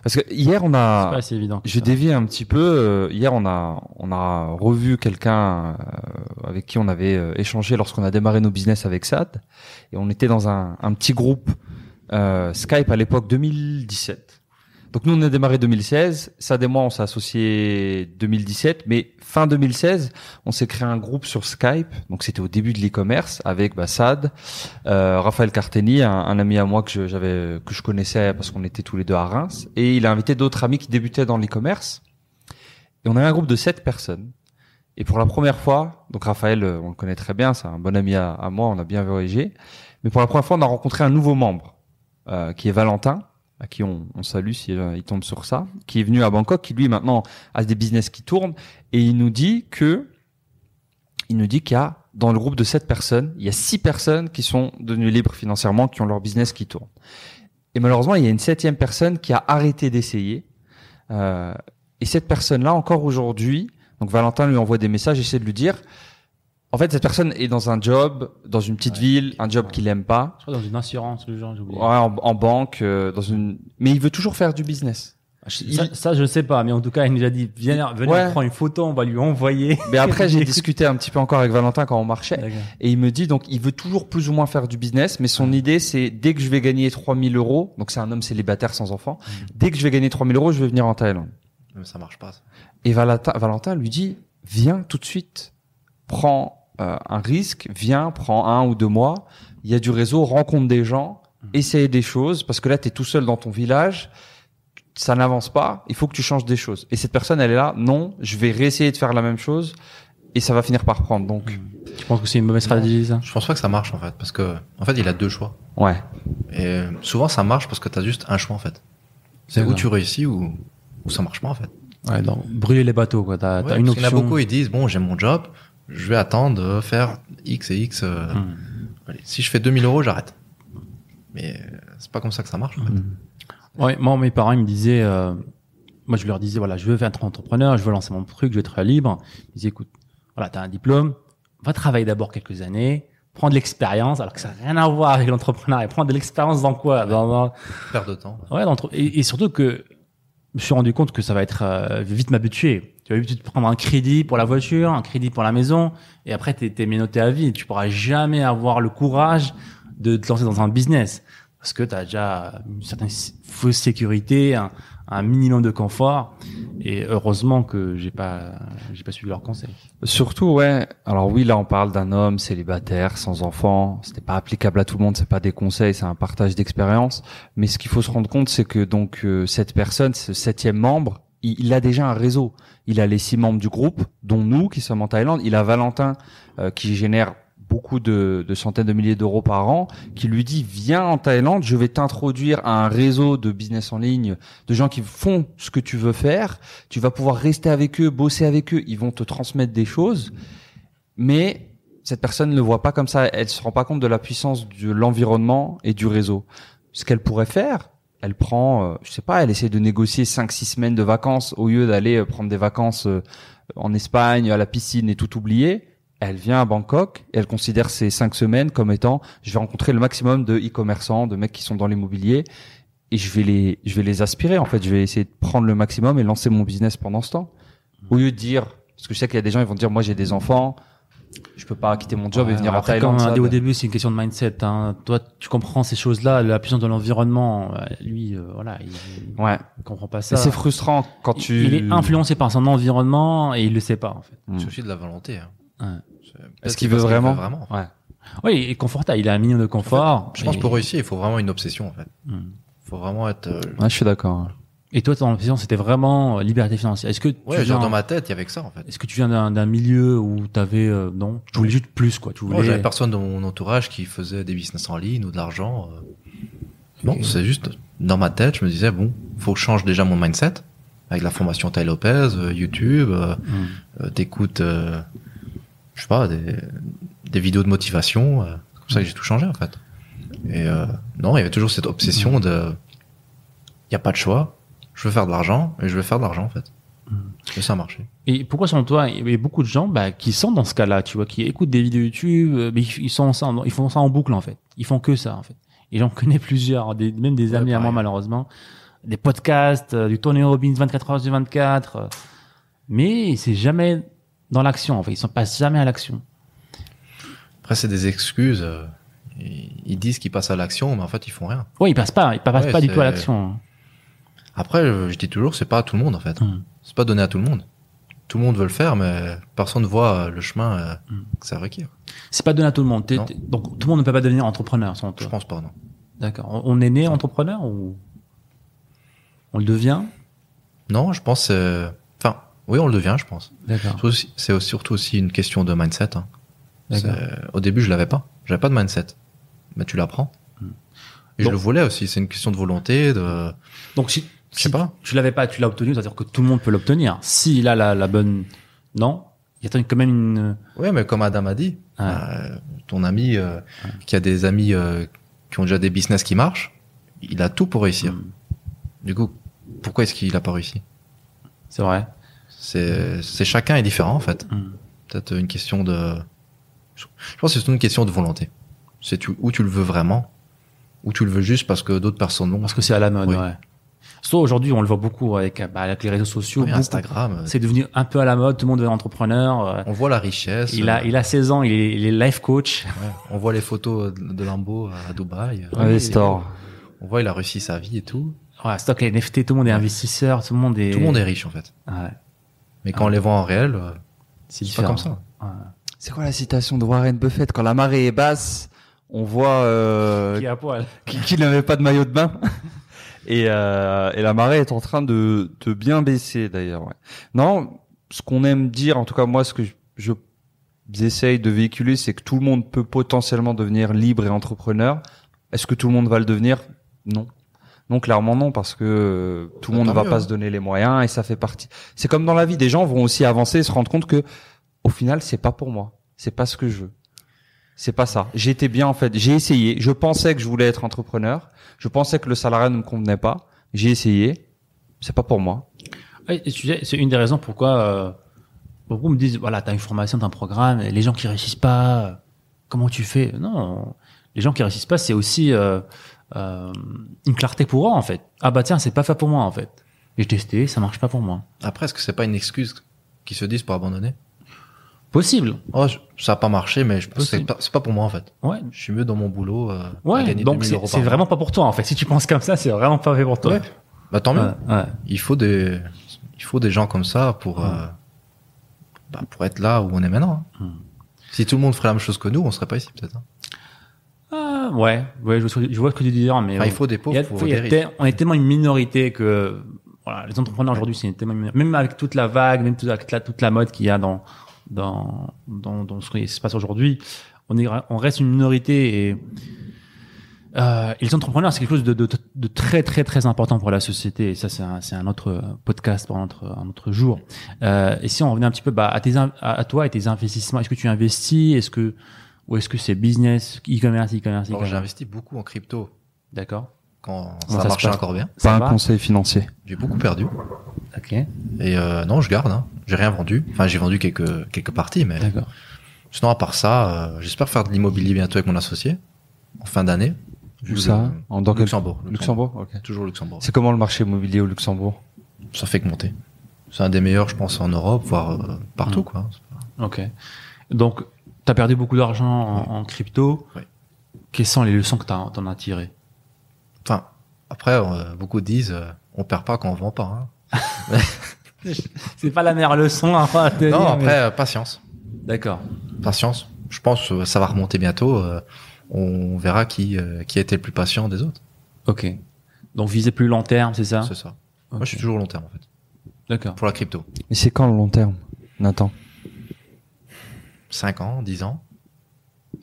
Parce que hier on C'est pas a, assez évident. que je ça. dévie un petit peu. euh, Hier on a, on a revu quelqu'un euh, avec qui on avait euh, échangé lorsqu'on a démarré nos business avec SAD et on était dans un, un petit groupe euh, Skype à l'époque 2017. Donc nous on a démarré 2016, SAD et moi on s'est associés 2017, mais fin 2016 on s'est créé un groupe sur Skype. Donc c'était au début de l'e-commerce avec bah, SAD, euh, Raphaël Carteni, un, un ami à moi que je- j'avais que je connaissais parce qu'on était tous les deux à Reims, et il a invité d'autres amis qui débutaient dans l'e-commerce. Et on avait un groupe de sept personnes. Et pour la première fois, donc Raphaël, euh, on le connaît très bien, c'est un bon ami à, à moi, on a bien voyagé. Mais pour la première fois, on a rencontré un nouveau membre euh, qui est Valentin, à qui on, on salue si euh, il tombe sur ça, qui est venu à Bangkok, qui lui maintenant a des business qui tournent, et il nous dit que il nous dit qu'il y a dans le groupe de sept personnes, il y a six personnes qui sont devenues libres financièrement, qui ont leur business qui tourne. Et malheureusement, il y a une septième personne qui a arrêté d'essayer. Euh, et cette personne-là, encore aujourd'hui, donc Valentin lui envoie des messages, essaie de lui dire, en fait, cette personne est dans un job, dans une petite Ouais. ville, un job qu'il aime pas. Je crois dans une assurance, le genre, j'ai oublié. Ouais, en, en banque, euh, dans une. Mais il veut toujours faire du business. Il- Ça, ça, Ah, je sais pas, mais en tout cas, il nous a dit, viens, venez, Ouais. on prend une photo, on va lui envoyer. Mais après, j'ai discuté un petit peu encore avec Valentin quand on marchait, et il me dit donc il veut toujours plus ou moins faire du business, mais son idée c'est dès que je vais gagner 3000 euros, donc c'est un homme célibataire sans enfant, dès que je vais gagner 3000 euros, je vais venir en Thaïlande. Mais ça marche pas. ça. Et Valentin, Valentin lui dit, viens tout de suite, prends euh, un risque, viens, prends un ou deux mois, il y a du réseau, rencontre des gens, essaye des choses, parce que là, tu es tout seul dans ton village, ça n'avance pas, il faut que tu changes des choses. Et cette personne, elle est là, non, je vais réessayer de faire la même chose, et ça va finir par prendre, donc. Je pense que c'est une mauvaise stratégie, ça. Je pense pas que ça marche, en fait. Parce que, en fait, il a deux choix. Ouais. Et souvent, ça marche parce que t'as juste un choix, en fait. C'est vrai. où tu réussis ou, ou ça marche pas, en fait. Ouais, donc, brûler les bateaux, quoi. Bah, T'as, Ouais, t'as une parce qu'il y en option. a beaucoup, ils disent, bon, j'ai mon job, je vais attendre de faire X et X. euh, Hmm. allez, si je fais 2000 euros, j'arrête. Mais euh, c'est pas comme ça que ça marche. en fait. Mhm. Ouais, moi, mes parents, ils me disaient, euh, moi, je leur disais, voilà, je veux être entrepreneur, je veux lancer mon truc, je veux être libre. Ils disaient, écoute, voilà, t'as un diplôme, va travailler d'abord quelques années, prends de l'expérience, alors que ça n'a rien à voir avec l'entrepreneuriat. Prends de l'expérience dans quoi Dans- dans- Perte de temps. ouais, dans l'entre- et, et surtout que je me suis rendu compte que ça va être euh, vite m'habituer. Tu vas vite te prendre un crédit pour la voiture, un crédit pour la maison, et après, t'es t'es menotté à vie. Tu pourras jamais avoir le courage de te lancer dans un business parce que tu as déjà une certaine s- fausse sécurité, un, un minimum de confort. Et heureusement que j'ai pas, j'ai pas suivi leurs conseils. Surtout, ouais. Alors oui, là, on parle d'un homme célibataire, sans enfant. C'était pas applicable à tout le monde. C'est pas des conseils, c'est un partage d'expérience. Mais ce qu'il faut se rendre compte, c'est que donc euh, cette personne, ce septième membre, il, il a déjà un réseau. Il a les six membres du groupe, dont nous qui sommes en Thaïlande. Il a Valentin euh, qui génère beaucoup de, de centaines de milliers d'euros par an, qui lui dit viens en Thaïlande, je vais t'introduire à un réseau de business en ligne, de gens qui font ce que tu veux faire tu vas pouvoir rester avec eux, bosser avec eux, ils vont te transmettre des choses, mais cette personne ne le voit pas comme ça, elle se rend pas compte de la puissance de l'environnement et du réseau. Ce qu'elle pourrait faire, elle prend, euh, je sais pas, elle essaie de négocier 5-6 semaines de vacances au lieu d'aller euh, prendre des vacances euh, en Espagne, à la piscine et tout oublier. Elle vient à Bangkok et elle considère ces cinq semaines comme étant, je vais rencontrer le maximum de e-commerçants, de mecs qui sont dans l'immobilier et je vais les je vais les aspirer en fait je vais essayer de prendre le maximum et lancer mon business pendant ce temps au lieu de dire parce que je sais qu'il y a des gens ils vont dire moi j'ai des enfants je peux pas quitter mon job et Ouais, venir en après, Thaïlande Comme on ça, dit au de- début, c'est une question de mindset. hein. Toi, tu comprends ces choses-là, la puissance de l'environnement. euh, Lui, euh, voilà, il, ouais il comprend pas ça. Et c'est frustrant quand Il- tu Il est influencé par son environnement et il le sait pas en fait. Mm. C'est aussi de la volonté. hein. Hmm. Ouais. C'est- est-ce peut-être qu'il c'est veut parce vraiment vraiment. ouais Oui, il est confortable. Il a un minimum de confort. Je pense Et- pour réussir, il faut vraiment une obsession en fait. Mm. faut vraiment être. euh, Ouais, Ah, je suis d'accord Et toi, ton ambition, c'était vraiment euh, liberté financière. Est-ce que tu Ouais, viens- genre dans ma tête, il y avait que ça en fait. Est-ce que tu viens d'un d'un milieu où t'avais euh, non, tu voulais juste plus quoi, tu Moi, voulais. Oh, j'avais personne dans mon entourage qui faisait des business en ligne ou de l'argent. euh. Non, c'est juste dans ma tête, je me disais bon, faut que je change déjà mon mindset avec la formation Ty Lopez, euh, YouTube, euh, Mm. euh, t'écoutes, euh, je sais pas, des, des vidéos de motivation. euh, c'est comme ça que j'ai tout changé en fait. Et euh, non, il y avait toujours cette obsession de, il y a pas de choix, je veux faire de l'argent et je veux faire de l'argent en fait. Et ça a marché. Et pourquoi selon toi, il y a beaucoup de gens bah, qui sont dans ce cas-là, tu vois, qui écoutent des vidéos YouTube, euh, mais ils, ils sont ça, en- ils font ça en boucle en fait. Ils font que ça en fait. Et j'en connais plusieurs, des- même des Ouais, amis à moi pareil. malheureusement, des podcasts, euh, du Tony Robbins 24 heures sur 24, euh, mais c'est jamais dans l'action en fait. Ils sont passent jamais à l'action. Après, c'est des excuses. euh, Ils ils disent qu'ils passent à l'action, mais en fait, ils font rien. Ouais, ils passent pas, ils passent Ouais, pas du tout à c'est- l'action. hein. Après, euh, je dis toujours, c'est pas à tout le monde, en fait. Mm. C'est pas donné à tout le monde. Tout le monde veut le faire, mais personne voit euh, le chemin euh, Mm. que ça requiert. C'est pas donné à tout le monde. T'es- Non. t'es- donc tout le monde ne peut pas devenir entrepreneur selon Je toi. pense pas, non. D'accord. On- On est né entrepreneur ou on le devient Non, je pense. euh, Enfin, oui, on le devient, je pense. D'accord. Surtout aussi- C'est aussi- surtout aussi une question de mindset. hein. D'accord. C'est- Au début, je l'avais pas. J'avais pas de mindset. Mais tu l'apprends. Et Mm. Donc- je le voulais aussi. C'est une question de volonté, de. Donc si, Je sais si pas. tu l'avais pas, tu l'as obtenu, c'est-à-dire que tout le monde peut l'obtenir. S'il a la, la bonne, non, il y a quand même une. Ouais, mais comme Adam a dit, Ouais. euh, ton ami euh, qui a des amis euh, qui ont déjà des business qui marchent, il a tout pour réussir. Mm. Du coup, pourquoi est-ce qu'il a pas réussi C'est vrai. C'est c'est- chacun est différent en fait. Mm. Peut-être une question de, je pense que c'est surtout une question de volonté. C'est tu, où tu le veux vraiment, ou tu le veux juste parce que d'autres personnes l'ont. Parce que c'est à la mode. Oui. Ouais. Soit aujourd'hui, on le voit beaucoup avec, bah, avec les réseaux sociaux. Oui, beaucoup. Instagram, euh, C'est devenu un peu à la mode. Tout le monde est entrepreneur. euh, on voit la richesse. Il a, euh, il a 16 ans, il est, il est life coach. ouais, on voit les photos de de Lambo à Dubaï. ouais, les stores On voit il a réussi sa vie et tout. Ouais, stock les NFT, tout le monde est investisseur, tout le monde est. Tout le monde est riche en fait. Ah Ouais, Mais quand on les voit en réel, euh, c'est c'est pas différent. comme ça. c'est quoi la citation de Warren Buffett quand la marée est basse on voit euh, Qui est à poil. qui, qui n'avait pas de maillot de bain. Et, euh, et la marée est en train de, de bien baisser d'ailleurs. ouais. Non, ce qu'on aime dire, en tout cas moi, ce que je- je- j'essaye de véhiculer, c'est que tout le monde peut potentiellement devenir libre et entrepreneur. Est-ce que tout le monde va le devenir Non. Non, clairement non, parce que euh, tout le Bah, monde ne tant va mieux, pas hein. se donner les moyens et ça fait partie. C'est comme dans la vie, des gens vont aussi avancer et se rendre compte que, au final, c'est pas pour moi, c'est pas ce que je veux. C'est pas ça. J'étais bien en fait. J'ai essayé. Je pensais que je voulais être entrepreneur. Je pensais que le salariat ne me convenait pas. J'ai essayé. C'est pas pour moi. Ouais, et tu sais, c'est une des raisons pourquoi euh, beaucoup me disent voilà, t'as une formation, t'as un programme, et les gens qui réussissent pas, euh, comment tu fais Non, les gens qui réussissent pas, c'est aussi euh, euh, une clarté pour eux en fait. Ah bah tiens, c'est pas fait pour moi en fait. J'ai testé, ça marche pas pour moi. Après, est-ce que c'est pas une excuse qu'ils se disent pour abandonner Possible. Oh, je- ça a pas marché, mais je c'est Possible. pas, c'est pas pour moi en fait. Ouais. Je suis mieux dans mon boulot euh, à Ouais. gagner Donc 2000 c'est euros par c'est mois. vraiment pas pour toi en fait. Si tu penses comme ça, c'est vraiment pas fait pour toi. Ouais. Bah tant mieux. Ouais, ouais. Il faut des, il faut des gens comme ça pour, Ouais. euh, bah, pour être là où on est maintenant. hein. Hmm. Si tout le monde ferait la même chose que nous, on serait pas ici peut-être. hein. Ah, ouais, ouais, je, vois ce que- je vois ce que tu dis dire, mais Enfin, il on- faut des il y pauvres a- pour il y des a riches. tel- on est tellement une minorité que voilà, les entrepreneurs aujourd'hui, c'est tellement une minor- même avec toute la vague, même toute la, toute la- toute la mode qu'il y a dans dans dans, dans ce qui se passe aujourd'hui, on est on reste une minorité et euh, et les entrepreneurs, c'est quelque chose de, de, de très très très important pour la société. Et ça, c'est un, c'est un autre euh, podcast pour un autre, un autre jour. Euh, et si on revenait un petit peu bah, à, tes, in- à, à toi et tes investissements, est-ce que tu investis Est-ce que ou est-ce que c'est business, e-commerce, e-commerce, Alors, e-commerce j'ai investi beaucoup en crypto D'accord. quand Comment ça ça se marchait passe Hmm. encore bien. Ça pas va un conseil financier. J'ai beaucoup perdu. Ok. Et euh, non, je garde. Hein. J'ai rien vendu. Enfin, j'ai vendu quelques quelques parties, mais D'accord. sinon à part ça, euh, j'espère faire de l'immobilier bientôt avec mon associé en fin d'année. Où Vu ça le- En dans quel- Luxembourg. Luxembourg. ok. Toujours Luxembourg. C'est comment le marché immobilier au Luxembourg Ça fait que monter. C'est un des meilleurs, je pense, en Europe, voire euh, partout, Mm. Hmm. quoi. Ok. Donc, tu as perdu beaucoup d'argent en, en crypto. Ouais. Quelles sont les leçons que tu en as tirées Enfin, après, euh, beaucoup disent, euh, on perd pas quand on vend pas. hein. C'est pas la meilleure leçon. hein, Non, après, euh, patience. D'accord. Patience. Je pense que ça va remonter bientôt. euh, on verra qui, euh, qui a été le plus patient des autres. Ok. Donc, viser plus long terme, c'est Ah. ça C'est ça. Moi, je suis Ok. toujours long terme, en fait. D'accord. Pour la crypto. Mais c'est quand le long terme, Nathan 5 ans, 10 ans.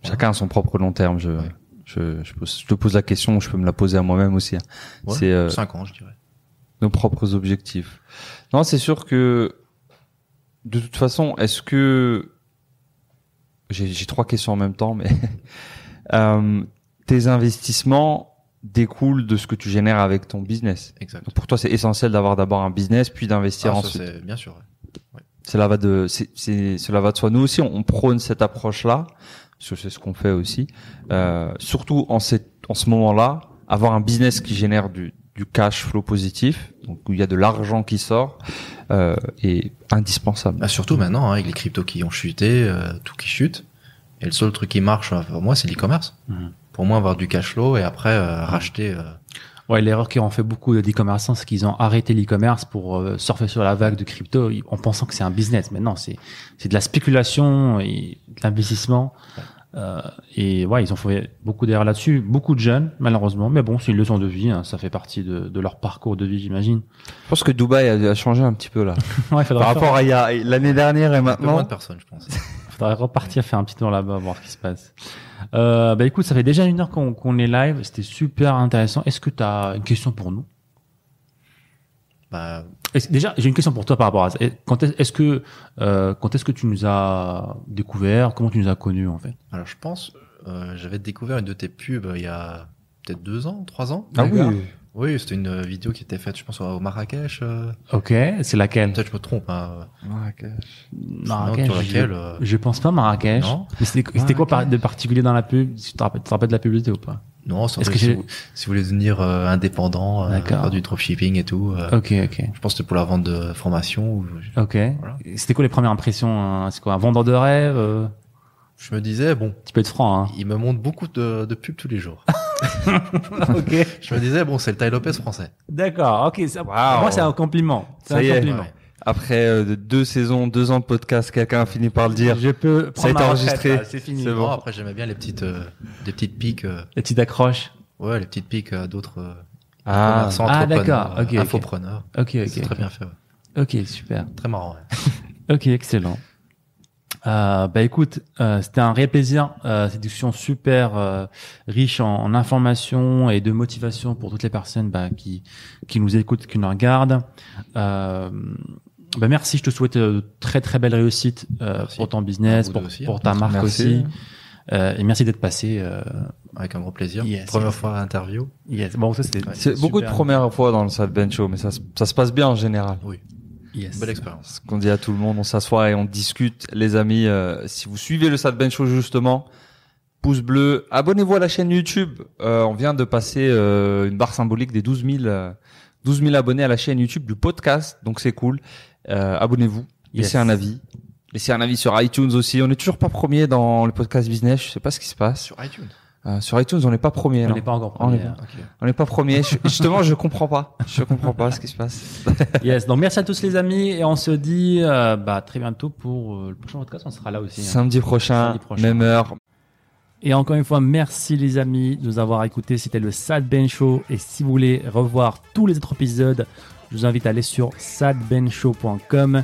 Chacun a son propre long terme. Je, Ouais. je, je, pose- je te pose la question, je peux me la poser à moi-même aussi. hein. Ouais, C'est euh, 5 ans, je dirais. nos propres objectifs. Non, c'est sûr que de toute façon, est-ce que j'ai j'ai trois questions en même temps, mais euh, tes investissements découlent de ce que tu génères avec ton business. Exact. Donc, pour toi, c'est essentiel d'avoir d'abord un business, puis d'investir Ah, ça, ensuite. c'est bien sûr. ouais. Cela va de, c'est, c'est- cela va de soi. Nous aussi, on, on prône cette approche-là, parce que c'est ce qu'on fait aussi. Euh, surtout en, cette, en ce moment-là, avoir un business qui génère du, du cash flow positif, donc où il y a de l'argent qui sort, euh, est indispensable. Ah, surtout maintenant, hein, avec les cryptos qui ont chuté, euh, tout qui chute. Et le seul truc qui marche euh, pour moi, c'est l'e-commerce. Mhm. Pour moi, avoir du cash flow et après euh, racheter. euh, Ouais, l'erreur qui ont fait beaucoup d'e-commerçants, c'est qu'ils ont arrêté l'e-commerce pour euh, surfer sur la vague de crypto en pensant que c'est un business. Mais non, c'est c'est de la spéculation et de l'investissement. Euh, et ouais, ils ont fait beaucoup d'erreurs là-dessus. Beaucoup de jeunes, malheureusement. Mais bon, c'est une leçon de vie. hein. ça fait partie de, de leur parcours de vie, j'imagine. Je pense que Dubaï a, a changé un petit peu là, Ouais, faudrait, par rapport à il y a- l'année dernière et un peu moins maintenant. de personnes, je pense. faudrait repartir faire un petit tour là-bas, voir ce qui se passe. Euh, bah écoute, ça fait déjà une heure qu'on qu'on est live. C'était super intéressant. Est-ce que tu as une question pour nous bah, Est-ce- Déjà, j'ai une question pour toi par rapport à ça. Et Quand est- est-ce que euh, quand est-ce que tu nous as découvert Comment tu nous as connus en fait alors, je pense, euh, j'avais découvert une de tes pubs euh, il y a peut-être deux ans, trois ans. Ah oui, Oui, c'était une euh, vidéo qui était faite, je pense, au Marrakech. euh, Ok, c'est laquelle Peut-être je me trompe. Hein. Marrakech. Non, sur laquelle, je, euh, je pense pas Marrakech. Non. Mais c'était c'était quoi par- de particulier dans la pub Tu te rappelles, tu te rappelles de la publicité ou pas Non, c'est Est-ce vrai que que si j'ai- vous, si vous voulez devenir euh, indépendant, euh, D'accord. faire du dropshipping et tout. euh, Ok, ok, Je pense que c'était pour la vente de formation. ou- ok. Voilà. C'était quoi les premières impressions hein C'est quoi un vendeur de rêve euh, Je me disais, bon, Tu peux être franc. Hein. il me montre beaucoup de, de pubs tous les jours. ok. je me disais, bon, c'est le Ty Lopez français. D'accord. Ok. ça- Waouh. Moi, c'est un compliment. C'est Ça un y est. compliment. Ouais. Après euh, de- deux saisons, deux ans de podcast, quelqu'un finit par le dire. Je peux. Ça a été prendre ma retraite, enregistré. là, C'est fini. C'est Non, bon. après, j'aimais bien les petites, euh, des petites piques. euh, La petite accroche. ouais, les petites piques euh, d'autres. euh, Ah, commerçants, Ah, entrepreneurs, d'accord. euh, Ok, ok. infopreneurs. Ok, ok. C'est très bien fait. ouais. Ok, super. Très marrant. ouais. Ok, excellent. Euh, bah écoute, euh, c'était un réel plaisir, euh, cette discussion super euh, riche en, en informations et de motivation pour toutes les personnes bah, qui qui nous écoutent, qui nous regardent. Euh, bah merci, je te souhaite euh, de très très belle réussite euh, Merci. pour ton À business, vous pour, deux aussi, pour hein. ta marque Merci. aussi. Euh, et merci d'être passé. euh, Avec un gros plaisir. Yes, Première yes. fois à interview. yes. Bon, ça c'était C'est super. beaucoup de premières fois dans le Sad Ben Show, mais ça, se- ça se passe bien en général. Yes. Belle expérience. Ce qu'on dit à tout le monde, on s'assoit et on discute. Les amis, euh, si vous suivez le Sad Ben Show justement, pouce bleu, abonnez-vous à la chaîne YouTube. Euh, on vient de passer euh, une barre symbolique des 12 000, euh, 12 000 abonnés à la chaîne YouTube du podcast, donc c'est cool. Euh, abonnez-vous, laissez Yes. un avis. Laissez un avis sur iTunes aussi. On n'est toujours pas premier dans le podcast business. Je sais pas ce qui se passe. Sur iTunes. Euh, sur iTunes, on n'est pas premier. On non. n'est pas encore hein. On premier. est pas. Ok. On n'est pas premier. Je- justement, je comprends pas. Je comprends pas ce qui se passe. Yes. Donc merci à tous les amis et on se dit euh, bah, très bientôt pour euh, le prochain podcast. On sera là aussi. hein. Samedi prochain, Samedi prochain. même heure. Et encore une fois, merci les amis de nous avoir écoutés. C'était le Sad Ben Show. Et si vous voulez revoir tous les autres épisodes, je vous invite à aller sur sadbenshow.com.